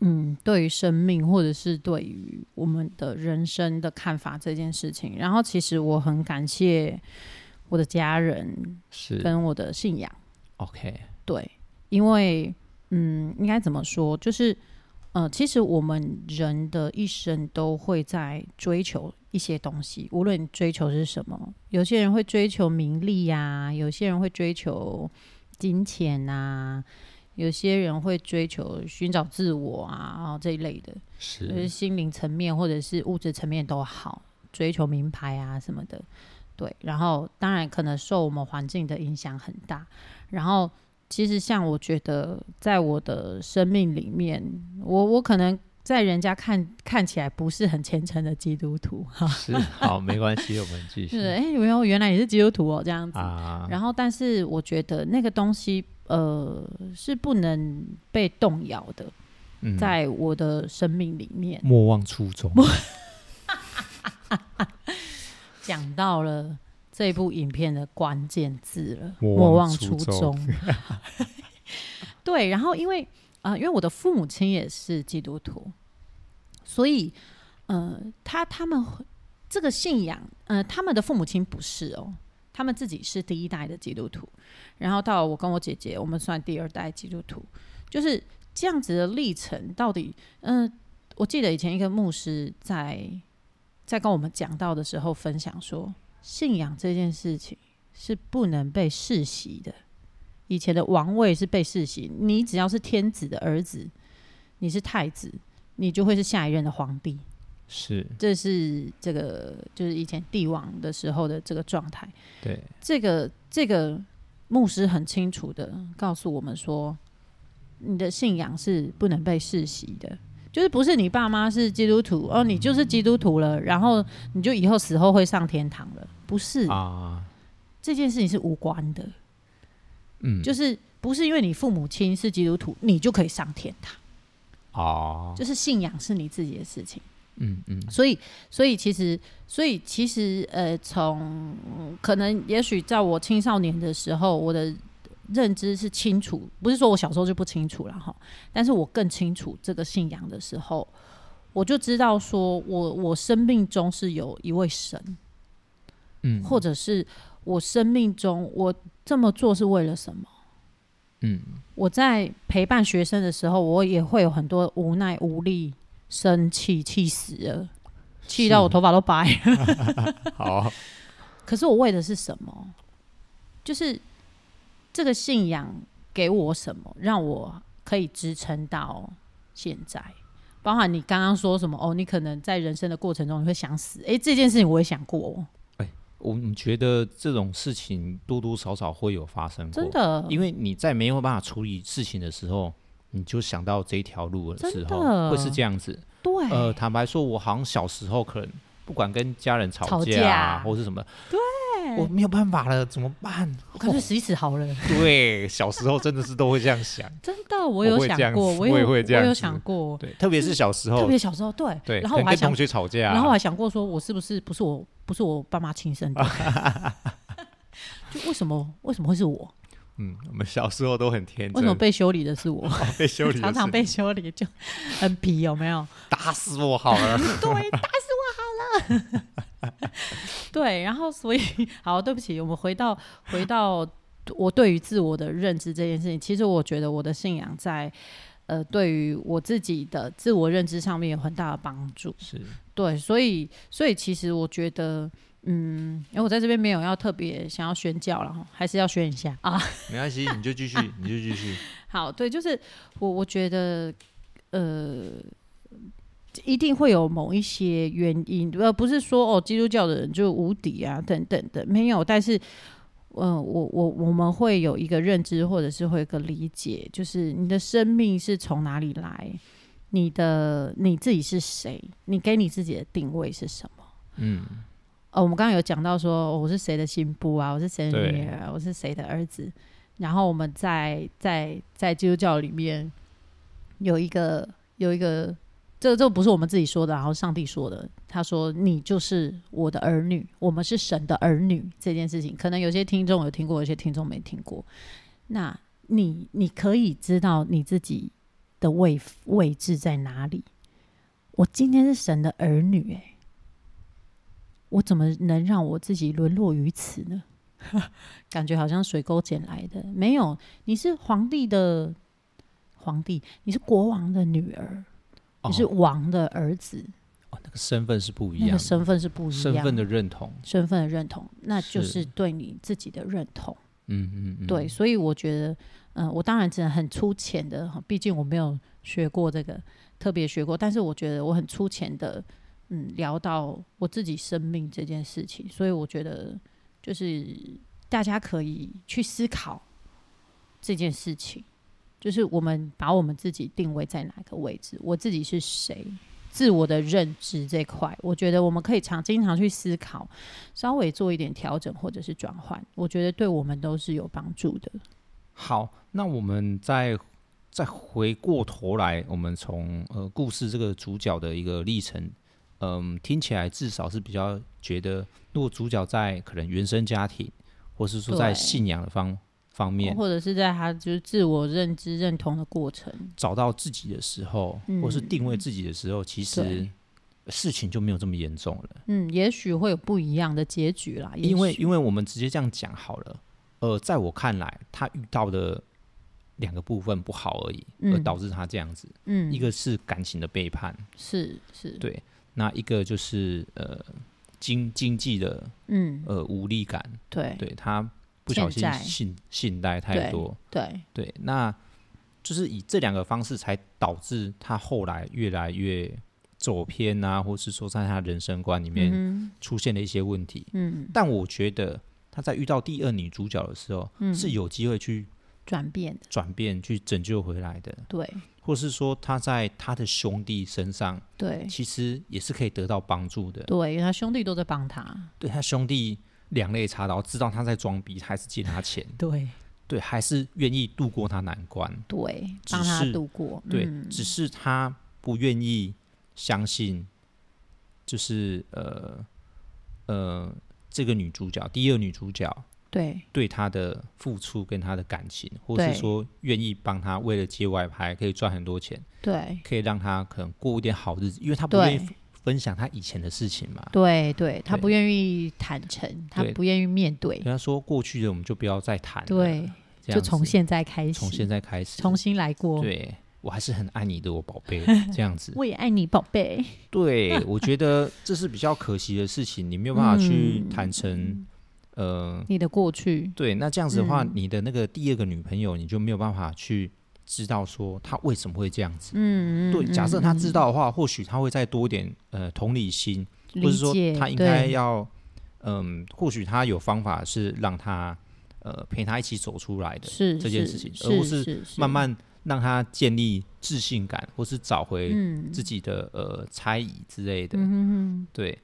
Speaker 2: 嗯，对于生命或者是对于我们的人生的看法这件事情。然后，其实我很感谢我的家人
Speaker 1: 是
Speaker 2: 跟我的信仰，
Speaker 1: OK，
Speaker 2: 对，因为嗯，应该怎么说，就是呃，其实我们人的一生都会在追求一些东西，无论你追求是什么，有些人会追求名利呀、有些人会追求金钱呐、有些人会追求寻找自我啊，然后这一类的，就是
Speaker 1: 是
Speaker 2: 心灵层面或者是物质层面都好，追求名牌啊什么的，对。然后当然可能受我们环境的影响很大。然后其实像我觉得，在我的生命里面，我我可能在人家看看起来不是很虔诚的基督徒，
Speaker 1: 是，好，没关系，我们继续
Speaker 2: 就是哎，诶原来原来也是基督徒哦这样子。
Speaker 1: 啊。
Speaker 2: 然后，但是我觉得那个东西，呃，是不能被动摇的，
Speaker 1: 嗯
Speaker 2: 在我的生命里面。
Speaker 1: 莫忘初衷，
Speaker 2: 讲到了这部影片的关键字了，
Speaker 1: 莫
Speaker 2: 莫
Speaker 1: 忘
Speaker 2: 忘
Speaker 1: 初
Speaker 2: 初
Speaker 1: 衷
Speaker 2: 衷。 对，然后因为啊、呃因为我的父母亲也是基督徒，所以呃，他他们会这个信仰，呃，他们的父母亲不是哦，他们自己是第一代的基督徒，然后到我跟我姐姐，我们算第二代基督徒，就是这样子的历程。到底，嗯、我记得以前一个牧师在在跟我们讲到的时候，分享说，信仰这件事情是不能被世袭的。以前的王位是被世袭，你只要是天子的儿子，你是太子，你就会是下一任的皇帝。
Speaker 1: 是
Speaker 2: 这是这个就是以前帝王的时候的这个状态。
Speaker 1: 对，
Speaker 2: 这个这个牧师很清楚的告诉我们说，你的信仰是不能被世袭的，就是不是你爸妈是基督徒哦，你就是基督徒了，然后你就以后死后会上天堂了，不是、
Speaker 1: 啊，
Speaker 2: 这件事情是无关的，
Speaker 1: 嗯，
Speaker 2: 就是不是因为你父母亲是基督徒，你就可以上天堂。
Speaker 1: 哦，
Speaker 2: 就是信仰是你自己的事情。
Speaker 1: 嗯嗯，
Speaker 2: 所以，所以其实，所以其实，呃，从可能也许在我青少年的时候，我的认知是清楚，不是说我小时候就不清楚了哈，但是我更清楚这个信仰的时候，我就知道说我我生命中是有一位神，
Speaker 1: 嗯，
Speaker 2: 或者是我生命中我这么做是为了什么？
Speaker 1: 嗯
Speaker 2: 我在陪伴学生的时候，我也会有很多无奈、无力、生气、气死了，气到我头发都白了。
Speaker 1: 好，
Speaker 2: 可是我为的是什么？就是这个信仰给我什么，让我可以支撑到现在。包含你刚刚说什么哦，你可能在人生的过程中你会想死，诶，这件事情我也想过哦，
Speaker 1: 我们觉得这种事情多多少少会有发生过，
Speaker 2: 真的，
Speaker 1: 因为你在没有办法处理事情的时候，你就想到这一条路的时
Speaker 2: 真
Speaker 1: 候，
Speaker 2: 的
Speaker 1: 会是这样子。
Speaker 2: 对，
Speaker 1: 呃，坦白说，我好像小时候可能不管跟家人吵
Speaker 2: 吵
Speaker 1: 架啊，
Speaker 2: 架
Speaker 1: 或是什么，对，我没有办法了，怎么办？
Speaker 2: 我干脆死一死好了。
Speaker 1: 对，小时候真的是都会这样 想，
Speaker 2: 真的，我
Speaker 1: 我
Speaker 2: 有
Speaker 1: 会这
Speaker 2: 想
Speaker 1: 样
Speaker 2: 过，
Speaker 1: 子
Speaker 2: 有
Speaker 1: 我也
Speaker 2: 我
Speaker 1: 会这样
Speaker 2: 有
Speaker 1: 子
Speaker 2: 想过，
Speaker 1: 对，特别是小时
Speaker 2: 特
Speaker 1: 候，
Speaker 2: 别小时候，对，
Speaker 1: 对，
Speaker 2: 然后
Speaker 1: 可
Speaker 2: 我
Speaker 1: 能
Speaker 2: 还
Speaker 1: 跟
Speaker 2: 想
Speaker 1: 同，学吵架啊，
Speaker 2: 然后我还想过说，我是不是不是我不是我爸妈亲生的？ 就为什么为什么会是我？
Speaker 1: 嗯，我们小时候都很天
Speaker 2: 为
Speaker 1: 真
Speaker 2: 什么，被修理的是我？
Speaker 1: 哦被 修理的
Speaker 2: 常常
Speaker 1: 是
Speaker 2: 被
Speaker 1: 你
Speaker 2: 修理就很皮，有没有？
Speaker 1: 打死我好了，
Speaker 2: 对，打死我好了。 对，然后所以好，对不起，我们回到回到我对于自我的认知这件事情。其实我觉得我的信仰在呃对于我自己的自我认知上面有很大的帮助。
Speaker 1: 是，
Speaker 2: 对，所以所以其实我觉得。嗯，因为我在这边没有要特别想要宣教了，还是要宣一下啊。
Speaker 1: 没关系，你就继续，你就继续，
Speaker 2: 好，对，就是我我觉得，呃，一定会有某一些原因，呃，不是说哦，基督教的人就无敌啊，等等的，没有，但是。嗯，我我我们会有一个认知，或者是会有一个理解，就是你的生命是从哪里来，你的你自己是谁，你给你自己的定位是什么。
Speaker 1: 嗯，
Speaker 2: 哦，我们刚刚有讲到说、哦我是谁的新妇啊，我是谁的
Speaker 1: 对
Speaker 2: 女儿，我是谁的儿子。然后我们在在在基督教里面有一个有一个，这这不是我们自己说的，然后上帝说的。他说：“你就是我的儿女，我们是神的儿女。”这件事情，可能有些听众有听过，有些听众没听过。那你你可以知道你自己的位位置在哪里？我今天是神的儿女、欸，我怎么能让我自己沦落于此呢？ 感觉好像水沟捡来的。没有，你是皇帝的皇帝，你是国王的女儿，
Speaker 1: 哦
Speaker 2: 你是王的儿子，
Speaker 1: 哦那个身份是不一
Speaker 2: 那
Speaker 1: 样
Speaker 2: 个
Speaker 1: 的，
Speaker 2: 身份是不一样
Speaker 1: 身份的认同，
Speaker 2: 身份的认同，那就是是对你自己的认同。
Speaker 1: 嗯嗯嗯，
Speaker 2: 对，，所以我觉得，嗯、我当然只能很粗浅的，毕竟我没有学过这个，特别学过，但是我觉得我很粗浅的，嗯，聊到我自己生命这件事情，所以我觉得就是大家可以去思考这件事情，就是我们把我们自己定位在哪个位置，我自己是谁。自我的认知这块，我觉得我们可以常经常去思考，稍微做一点调整或者是转换，我觉得对我们都是有帮助的。
Speaker 1: 好，那我们再再回过头来，我们从呃故事这个主角的一个历程，嗯，听起来至少是比较觉得，如果主角在可能原生家庭，或是说在
Speaker 2: 对
Speaker 1: 信仰的方方面
Speaker 2: 或者是在他就是自我认知认同的过程，
Speaker 1: 找到自己的时候，或是定位自己的时候，其实
Speaker 2: 嗯对
Speaker 1: 事情就没有这么严重了。
Speaker 2: 嗯，也许会有不一样的结局啦。也
Speaker 1: 因为
Speaker 2: 许
Speaker 1: 因为我们直接这样讲好了，呃，在我看来，他遇到的两个部分不好而已，而
Speaker 2: 嗯
Speaker 1: 导致他这样子。
Speaker 2: 嗯，
Speaker 1: 一个是感情的背叛，
Speaker 2: 是是，
Speaker 1: 对，那一个就是呃经经济的
Speaker 2: 嗯，
Speaker 1: 呃无力感，
Speaker 2: 对
Speaker 1: 对他不小心
Speaker 2: 欠债
Speaker 1: 信信贷太多，
Speaker 2: 对
Speaker 1: 对，那就是以这两个方式才导致他后来越来越走偏啊，或是说在他人生观里面
Speaker 2: 嗯
Speaker 1: 出现了一些问题。
Speaker 2: 哼嗯，
Speaker 1: 但我觉得他在遇到第二女主角的时候，
Speaker 2: 嗯
Speaker 1: 是有机会去
Speaker 2: 转变的，
Speaker 1: 转变、去拯救回来的，
Speaker 2: 对
Speaker 1: 或是说他在他的兄弟身上，
Speaker 2: 对
Speaker 1: 其实也是可以得到帮助的。
Speaker 2: 对，因为他兄弟都在帮他，
Speaker 1: 对他兄弟两肋插刀，知道他在装逼，还是借他钱。
Speaker 2: 对
Speaker 1: 对，还是愿意度过他难关。
Speaker 2: 对，
Speaker 1: 只
Speaker 2: 帮他
Speaker 1: 是
Speaker 2: 度过，
Speaker 1: 对，
Speaker 2: 嗯
Speaker 1: 只是他不愿意相信，就是呃呃，这个女主角，第二女主角
Speaker 2: 对
Speaker 1: 对他的付出跟他的感情，或是
Speaker 2: 对
Speaker 1: 说愿意帮他为了接外拍可以赚很多钱，
Speaker 2: 对
Speaker 1: 可以让他可能过一点好日子，因为他不愿
Speaker 2: 对
Speaker 1: 意分享他以前的事情嘛。
Speaker 2: 对对，他
Speaker 1: 对
Speaker 2: 不愿意坦诚，他
Speaker 1: 对
Speaker 2: 不愿意面对
Speaker 1: 人，家说过去的我们就不要再谈了，
Speaker 2: 对，
Speaker 1: 这
Speaker 2: 就
Speaker 1: 样
Speaker 2: 从
Speaker 1: 子
Speaker 2: 现在开始，
Speaker 1: 从现在开始，
Speaker 2: 重新来过。
Speaker 1: 对我还是很爱你的，我宝 贝，这样子。
Speaker 2: 我也爱你，宝贝。
Speaker 1: 对，我觉得这是比较可惜的事情，你没有办法去
Speaker 2: 嗯
Speaker 1: 坦诚，呃，
Speaker 2: 你的过去，
Speaker 1: 对，那这样子的话，
Speaker 2: 嗯
Speaker 1: 你的那个第二个女朋友，你就没有办法去知道说她为什么会这样子。
Speaker 2: 嗯，嗯
Speaker 1: 对，假设她
Speaker 2: 嗯
Speaker 1: 知道的话，或许她会再多点呃同理心，
Speaker 2: 嗯
Speaker 1: 或者说
Speaker 2: 理解
Speaker 1: 她应该
Speaker 2: 对
Speaker 1: 要，嗯、或许她有方法是让她呃陪她一起走出来的，
Speaker 2: 是
Speaker 1: 这件事
Speaker 2: 是
Speaker 1: 情
Speaker 2: 是
Speaker 1: 而不是
Speaker 2: 是
Speaker 1: 慢慢让她建立自信感，或是找回
Speaker 2: 嗯
Speaker 1: 自己的、呃猜疑之类的。
Speaker 2: 嗯哼哼
Speaker 1: 对，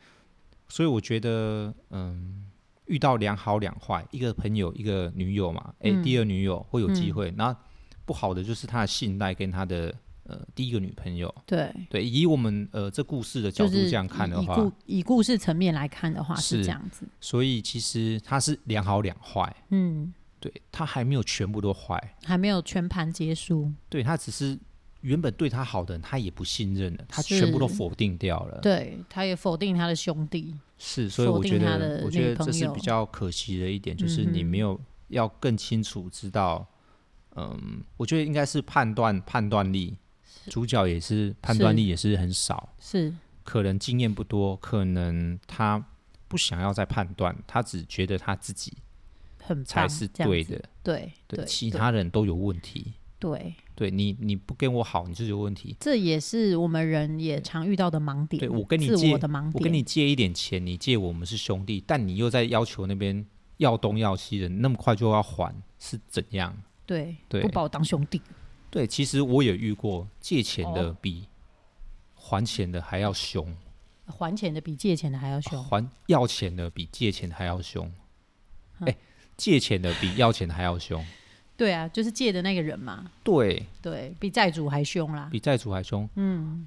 Speaker 1: 所以我觉得，嗯，遇到两好两坏，一个朋友，一个女友嘛，诶，
Speaker 2: 嗯
Speaker 1: 第二女友会有机
Speaker 2: 嗯
Speaker 1: 会。那、不好的就是他的信赖跟他的呃第一个女朋友。
Speaker 2: 对，
Speaker 1: 对，以我们呃这故事的角
Speaker 2: 就
Speaker 1: 度
Speaker 2: 是
Speaker 1: 这样看
Speaker 2: 以
Speaker 1: 的
Speaker 2: 以
Speaker 1: 话，
Speaker 2: 故以故事层面来看的话是
Speaker 1: 是
Speaker 2: 这样子，
Speaker 1: 所以其实他是两好两坏，
Speaker 2: 嗯，
Speaker 1: 对他还没有全部都坏，
Speaker 2: 还没有全盘结束，
Speaker 1: 对他只是。原本对他好的人，他也不信任了，他全部都
Speaker 2: 是
Speaker 1: 否定掉了。
Speaker 2: 对，他也否定他的兄弟，
Speaker 1: 是，所以
Speaker 2: 否
Speaker 1: 我
Speaker 2: 定
Speaker 1: 觉
Speaker 2: 他
Speaker 1: 得
Speaker 2: 的，
Speaker 1: 我觉
Speaker 2: 女
Speaker 1: 得这
Speaker 2: 朋
Speaker 1: 是
Speaker 2: 友
Speaker 1: 比较可惜的一点，就是
Speaker 2: 嗯
Speaker 1: 你
Speaker 2: 哼
Speaker 1: 没有要更清楚知道，嗯，我觉得应该是判断判断力，主角也是判断
Speaker 2: 是
Speaker 1: 力也是很少，
Speaker 2: 是
Speaker 1: 可能经验不多，可能他不想要再判断，他只觉得他自己
Speaker 2: 很
Speaker 1: 才
Speaker 2: 棒
Speaker 1: 是
Speaker 2: 这样
Speaker 1: 对
Speaker 2: 子
Speaker 1: 的，
Speaker 2: 对
Speaker 1: 对，
Speaker 2: 对，
Speaker 1: 其
Speaker 2: 对
Speaker 1: 他人都有问题，
Speaker 2: 对，
Speaker 1: 对你你不跟我好，你就是有问题，
Speaker 2: 这也是我们人也常遇到的盲点，
Speaker 1: 对我跟你
Speaker 2: 自
Speaker 1: 借
Speaker 2: 我的盲
Speaker 1: 我跟
Speaker 2: 点
Speaker 1: 你，借一点钱，你借我们是兄弟，但你又在要求那边要东要西的，那么快就要还，是怎样？
Speaker 2: 对，
Speaker 1: 对
Speaker 2: 不把我当兄弟，
Speaker 1: 对，其实我也遇过借钱的
Speaker 2: 哦
Speaker 1: 比还钱的还要凶，
Speaker 2: 还钱的比借钱的还要凶，
Speaker 1: 还要钱的比借钱的还要凶。哎、
Speaker 2: 嗯
Speaker 1: 借钱的比要钱的还要 凶，
Speaker 2: 对啊，就是借的那个人嘛，
Speaker 1: 对
Speaker 2: 对比债主还凶啦，啊
Speaker 1: 比债主还凶。
Speaker 2: 嗯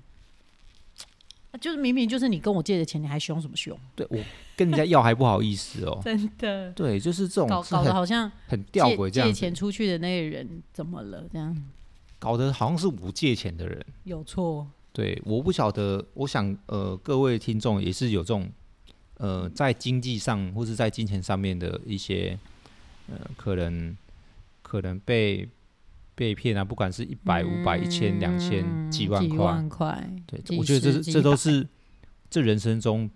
Speaker 2: 就是明明就是你跟我借的钱，你还凶什么凶？。
Speaker 1: 对我跟人家要还不好意思哦
Speaker 2: 真的，
Speaker 1: 对，就是这
Speaker 2: 搞
Speaker 1: 种是
Speaker 2: 搞得
Speaker 1: 很
Speaker 2: 好像
Speaker 1: 很
Speaker 2: 借
Speaker 1: 吊诡这样子
Speaker 2: 借钱，出去的那个人怎么了？这样
Speaker 1: 搞得好像是我借钱的人。
Speaker 2: 有错？
Speaker 1: 对，我不晓得，我想呃，各位听众也是有这种呃，在经济上或是在金钱上面的一些呃，可能可能被被骗啊，不管是一百、五百、一千、两千、几万
Speaker 2: 嗯几
Speaker 1: 块，
Speaker 2: 万块，
Speaker 1: 对，
Speaker 2: 几
Speaker 1: 我觉得这
Speaker 2: 十
Speaker 1: 是
Speaker 2: 几
Speaker 1: 这都
Speaker 2: 百
Speaker 1: 是这人生中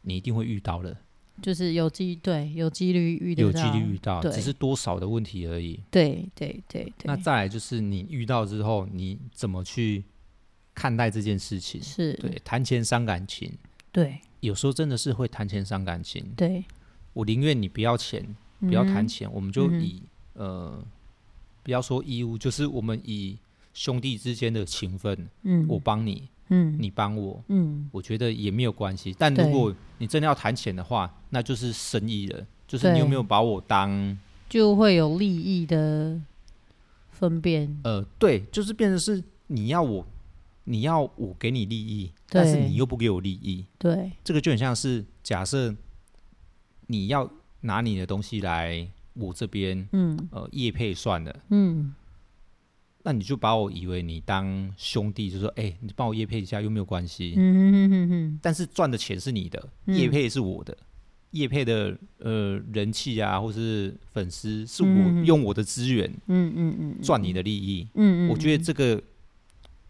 Speaker 1: 你一定会遇到的，
Speaker 2: 就是有机对有几率遇得
Speaker 1: 有几
Speaker 2: 到
Speaker 1: 率遇到，
Speaker 2: 对
Speaker 1: 只是多少的问题而已。
Speaker 2: 对对对
Speaker 1: 那
Speaker 2: 对，
Speaker 1: 再来就是你遇到之后，你怎么去看待这件事情？
Speaker 2: 是
Speaker 1: 对，谈钱伤感情。
Speaker 2: 对
Speaker 1: 有时候真的是会谈钱伤感情。
Speaker 2: 对，
Speaker 1: 我宁愿你不要钱，
Speaker 2: 不
Speaker 1: 不要谈钱，我们就
Speaker 2: 嗯哼
Speaker 1: 以、呃，不要说义务，就是我们以兄弟之间的情分，
Speaker 2: 嗯
Speaker 1: 我帮你，
Speaker 2: 嗯
Speaker 1: 你帮我，
Speaker 2: 嗯
Speaker 1: 我觉得也没有关系。但
Speaker 2: 对
Speaker 1: 如果你真的要谈钱的话，那就是生意了，就是
Speaker 2: 对
Speaker 1: 你有没有把我当
Speaker 2: 就会有利益的分辨，
Speaker 1: 呃，对，就是变成是你要我，你要我给你利益，但是
Speaker 2: 对
Speaker 1: 你又不给我利益，
Speaker 2: 对
Speaker 1: 这个就很像是假设你要拿你的东西来我这边，
Speaker 2: 嗯
Speaker 1: 呃，业配算了，
Speaker 2: 嗯
Speaker 1: 那你就把我以为你当兄弟，就说，哎、你帮我业配一下又没有关系，
Speaker 2: 嗯嗯嗯嗯
Speaker 1: 但是赚的钱是你的，
Speaker 2: 嗯
Speaker 1: 业配是我的，业配的呃人气啊，或是粉丝是我、
Speaker 2: 嗯嗯嗯
Speaker 1: 用我的资源
Speaker 2: 嗯嗯嗯
Speaker 1: 赚你的利益，
Speaker 2: 嗯嗯，
Speaker 1: 我觉
Speaker 2: 得，
Speaker 1: 得这个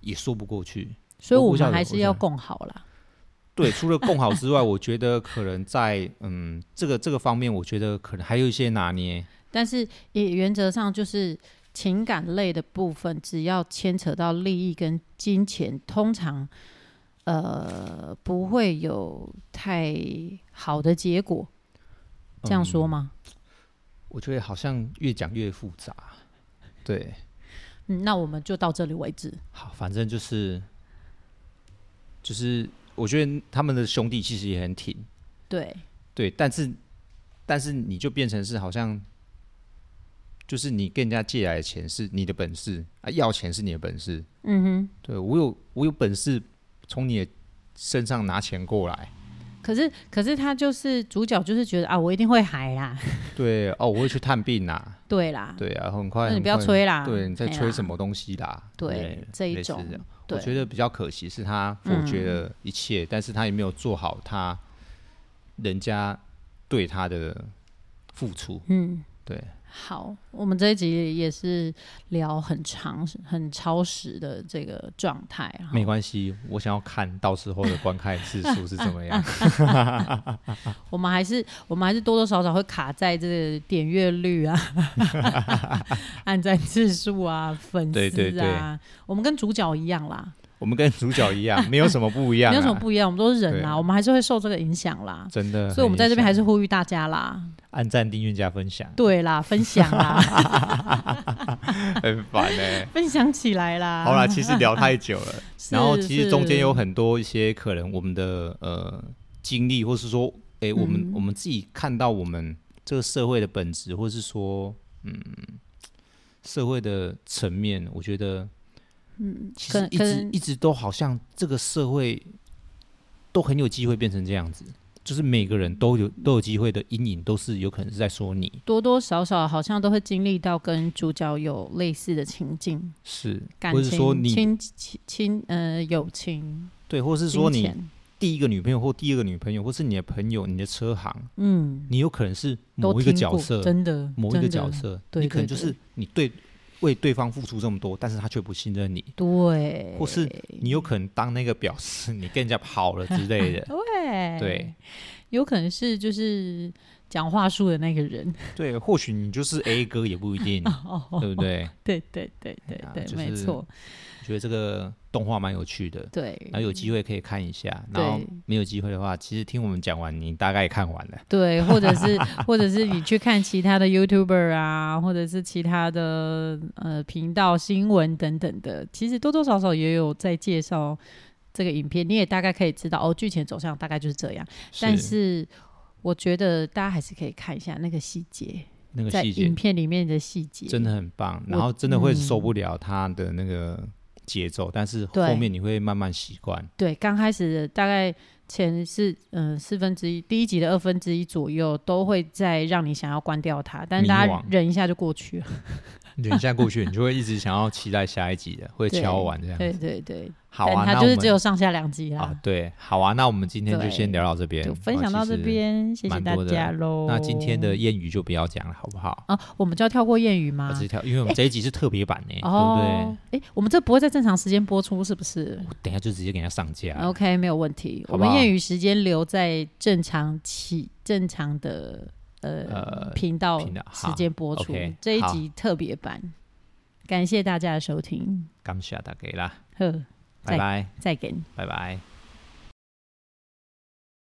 Speaker 1: 也说不过去。
Speaker 2: 所以
Speaker 1: 我
Speaker 2: 我
Speaker 1: 不晓
Speaker 2: 们
Speaker 1: 得
Speaker 2: 还
Speaker 1: 我
Speaker 2: 是要
Speaker 1: 想
Speaker 2: 共好啦，
Speaker 1: 对，除了共好之外，我觉得可能在嗯这个这个方面，我觉得可能还有一些拿捏。
Speaker 2: 但是也原则上就是情感类的部分，只要牵扯到利益跟金钱，通常呃不会有太好的结果。这样说吗？
Speaker 1: 我觉得好像越讲越复杂。对，
Speaker 2: 嗯，那我们就到这里为止。
Speaker 1: 好，反正就是就是，我觉得他们的兄弟其实也很挺，
Speaker 2: 对，
Speaker 1: 对，但是但是你就变成是好像就是你跟人家借来的钱是你的本事啊，要钱是你的本事。
Speaker 2: 嗯
Speaker 1: 对我有我有本事从你的身上拿钱过来，
Speaker 2: 哼，可是可是他就是主角，就是觉得啊，我一定会海啦，
Speaker 1: 对哦，我会去探病啦、
Speaker 2: 对啦，
Speaker 1: 对啊，很快，
Speaker 2: 那你
Speaker 1: 很
Speaker 2: 不要
Speaker 1: 快
Speaker 2: 吹啦，哎
Speaker 1: 对，你在
Speaker 2: 嘿啦
Speaker 1: 吹什？么东西啦？
Speaker 2: 对这一
Speaker 1: 类似
Speaker 2: 种
Speaker 1: 的
Speaker 2: 对，嗯
Speaker 1: 我觉得比较可惜是他否决了一切，但是他也没有做好他人家对他的付出。
Speaker 2: 嗯，
Speaker 1: 对，
Speaker 2: 好，我们这一集也是聊很长、很超时的这个状态啊哈。
Speaker 1: 没关系，我想要看到时候的观看次数是怎么 样。
Speaker 2: 我们还是我们还是多多少少会卡在这个点阅率 啊、按赞次数啊、粉丝啊。
Speaker 1: 对对对
Speaker 2: 我们跟主角一样啦，
Speaker 1: 我们跟主角一样，没有什么不一样啊，
Speaker 2: 没有什么不一样，我们都是人
Speaker 1: 对
Speaker 2: 啦，
Speaker 1: 啊
Speaker 2: 我们还是会受这个影响啦。
Speaker 1: 真的很影响。
Speaker 2: 所以我们在这边还是呼吁大家啦，
Speaker 1: 按赞、订阅、加分享，
Speaker 2: 对啦，分 享啦，
Speaker 1: 很烦 哎。
Speaker 2: 分享起来啦。
Speaker 1: 好啦，其实聊太久了。
Speaker 2: 是，
Speaker 1: 然后其实中间有
Speaker 2: 是
Speaker 1: 很多一些可能我们的呃经历，或是说，诶，我们、
Speaker 2: 嗯
Speaker 1: 我们自己看到我们这个社会的本质，或是说，嗯，社会的层面，我觉得，嗯，其
Speaker 2: 可
Speaker 1: 实
Speaker 2: 能
Speaker 1: 一
Speaker 2: 可
Speaker 1: 直
Speaker 2: 能
Speaker 1: 一直都好像这个社会都很有机会变成这样子，就是每个人都有都有机会的阴影，都是有可能是在说你
Speaker 2: 多多少少好像都会经历到跟主角有类似的情境，
Speaker 1: 是，
Speaker 2: 感
Speaker 1: 或
Speaker 2: 情、
Speaker 1: 是说你
Speaker 2: 亲亲亲呃友情，
Speaker 1: 对，或是说
Speaker 2: 金
Speaker 1: 你
Speaker 2: 钱
Speaker 1: 第一个女朋友或第二个女朋友，或是你的朋友、你的车行。
Speaker 2: 嗯，
Speaker 1: 你有可能是
Speaker 2: 都
Speaker 1: 某一个
Speaker 2: 听
Speaker 1: 角
Speaker 2: 过
Speaker 1: 色，
Speaker 2: 真的
Speaker 1: 某一个
Speaker 2: 真的
Speaker 1: 角色，
Speaker 2: 对
Speaker 1: 你可能就
Speaker 2: 对
Speaker 1: 是
Speaker 2: 对
Speaker 1: 你对为对方付出这么多，但是他却不信任
Speaker 2: 嗯
Speaker 1: 你，
Speaker 2: 对，
Speaker 1: 或是你有可能当那个表示你跟人家跑了之类 的，
Speaker 2: 对
Speaker 1: 对，
Speaker 2: 有可能是就是讲话术的那个人
Speaker 1: 对，或许你就是 A 哥也不一定，
Speaker 2: 哦，
Speaker 1: 对不对？
Speaker 2: 对对对对
Speaker 1: 哎呀
Speaker 2: 对，
Speaker 1: 就是
Speaker 2: 没错，
Speaker 1: 我觉得这个动画蛮有趣的，
Speaker 2: 对
Speaker 1: 然后有机会可以看一下，哎然后
Speaker 2: 对
Speaker 1: 没有机会的话，其实听我们讲完，你大概也看完 了，
Speaker 2: 对，或者是或者是你去看其他的 YouTuber 啊，或者是其他的呃频道新闻等等的，其实多多少少也有在介绍这个影片，你也大概可以知道哦，剧情走向大概就是这样，但是。我觉得大家还是可以看一下那个细节，
Speaker 1: 那个
Speaker 2: 在
Speaker 1: 细节
Speaker 2: 影片里面的细节，
Speaker 1: 真的很棒，然
Speaker 2: 我
Speaker 1: 后真的会
Speaker 2: 嗯
Speaker 1: 受不了他的那个节奏，但是
Speaker 2: 对
Speaker 1: 后面你会慢慢习惯。
Speaker 2: 对，刚开始大概前是嗯四分之一，第一集的二分之一左右都会在让你想要关掉它，但是大
Speaker 1: 迷
Speaker 2: 家
Speaker 1: 惘
Speaker 2: 忍一下就过去了。
Speaker 1: 忍下过去，你就会一直想要期待下一集的，会
Speaker 2: 对
Speaker 1: 敲完这样。
Speaker 2: 对对对，
Speaker 1: 好啊，那
Speaker 2: 但它
Speaker 1: 我
Speaker 2: 就是
Speaker 1: 们
Speaker 2: 只有上下两集啦，
Speaker 1: 啊，对，好啊，那我们今天就
Speaker 2: 对
Speaker 1: 先聊到这边
Speaker 2: 就，分
Speaker 1: 哦
Speaker 2: 享到这。边，哦谢谢
Speaker 1: 蛮
Speaker 2: 大
Speaker 1: 多的
Speaker 2: 家喽
Speaker 1: 其。实那今天的谚语就不要讲了，好不好？
Speaker 2: 啊，我们就要跳过谚语吗
Speaker 1: 我？只跳，因为我们这一集是特别版呢，对
Speaker 2: 啊哦
Speaker 1: 不，
Speaker 2: 哎，我们这不会在正常时间播出，是不是
Speaker 1: 对？等一下就直接给人家上架。
Speaker 2: ？OK，没有问题。
Speaker 1: 啊好
Speaker 2: 我
Speaker 1: 不
Speaker 2: 们
Speaker 1: 好
Speaker 2: 谚语时间留在正常起正常的呃
Speaker 1: 呃
Speaker 2: 频道
Speaker 1: 频道
Speaker 2: 时间播
Speaker 1: 好
Speaker 2: 出
Speaker 1: ，OK，
Speaker 2: 这一
Speaker 1: 好
Speaker 2: 集特别版，感谢大家的收听，
Speaker 1: 感谢大家啦，
Speaker 2: 呵，
Speaker 1: 拜拜，
Speaker 2: 再见。
Speaker 1: 拜拜。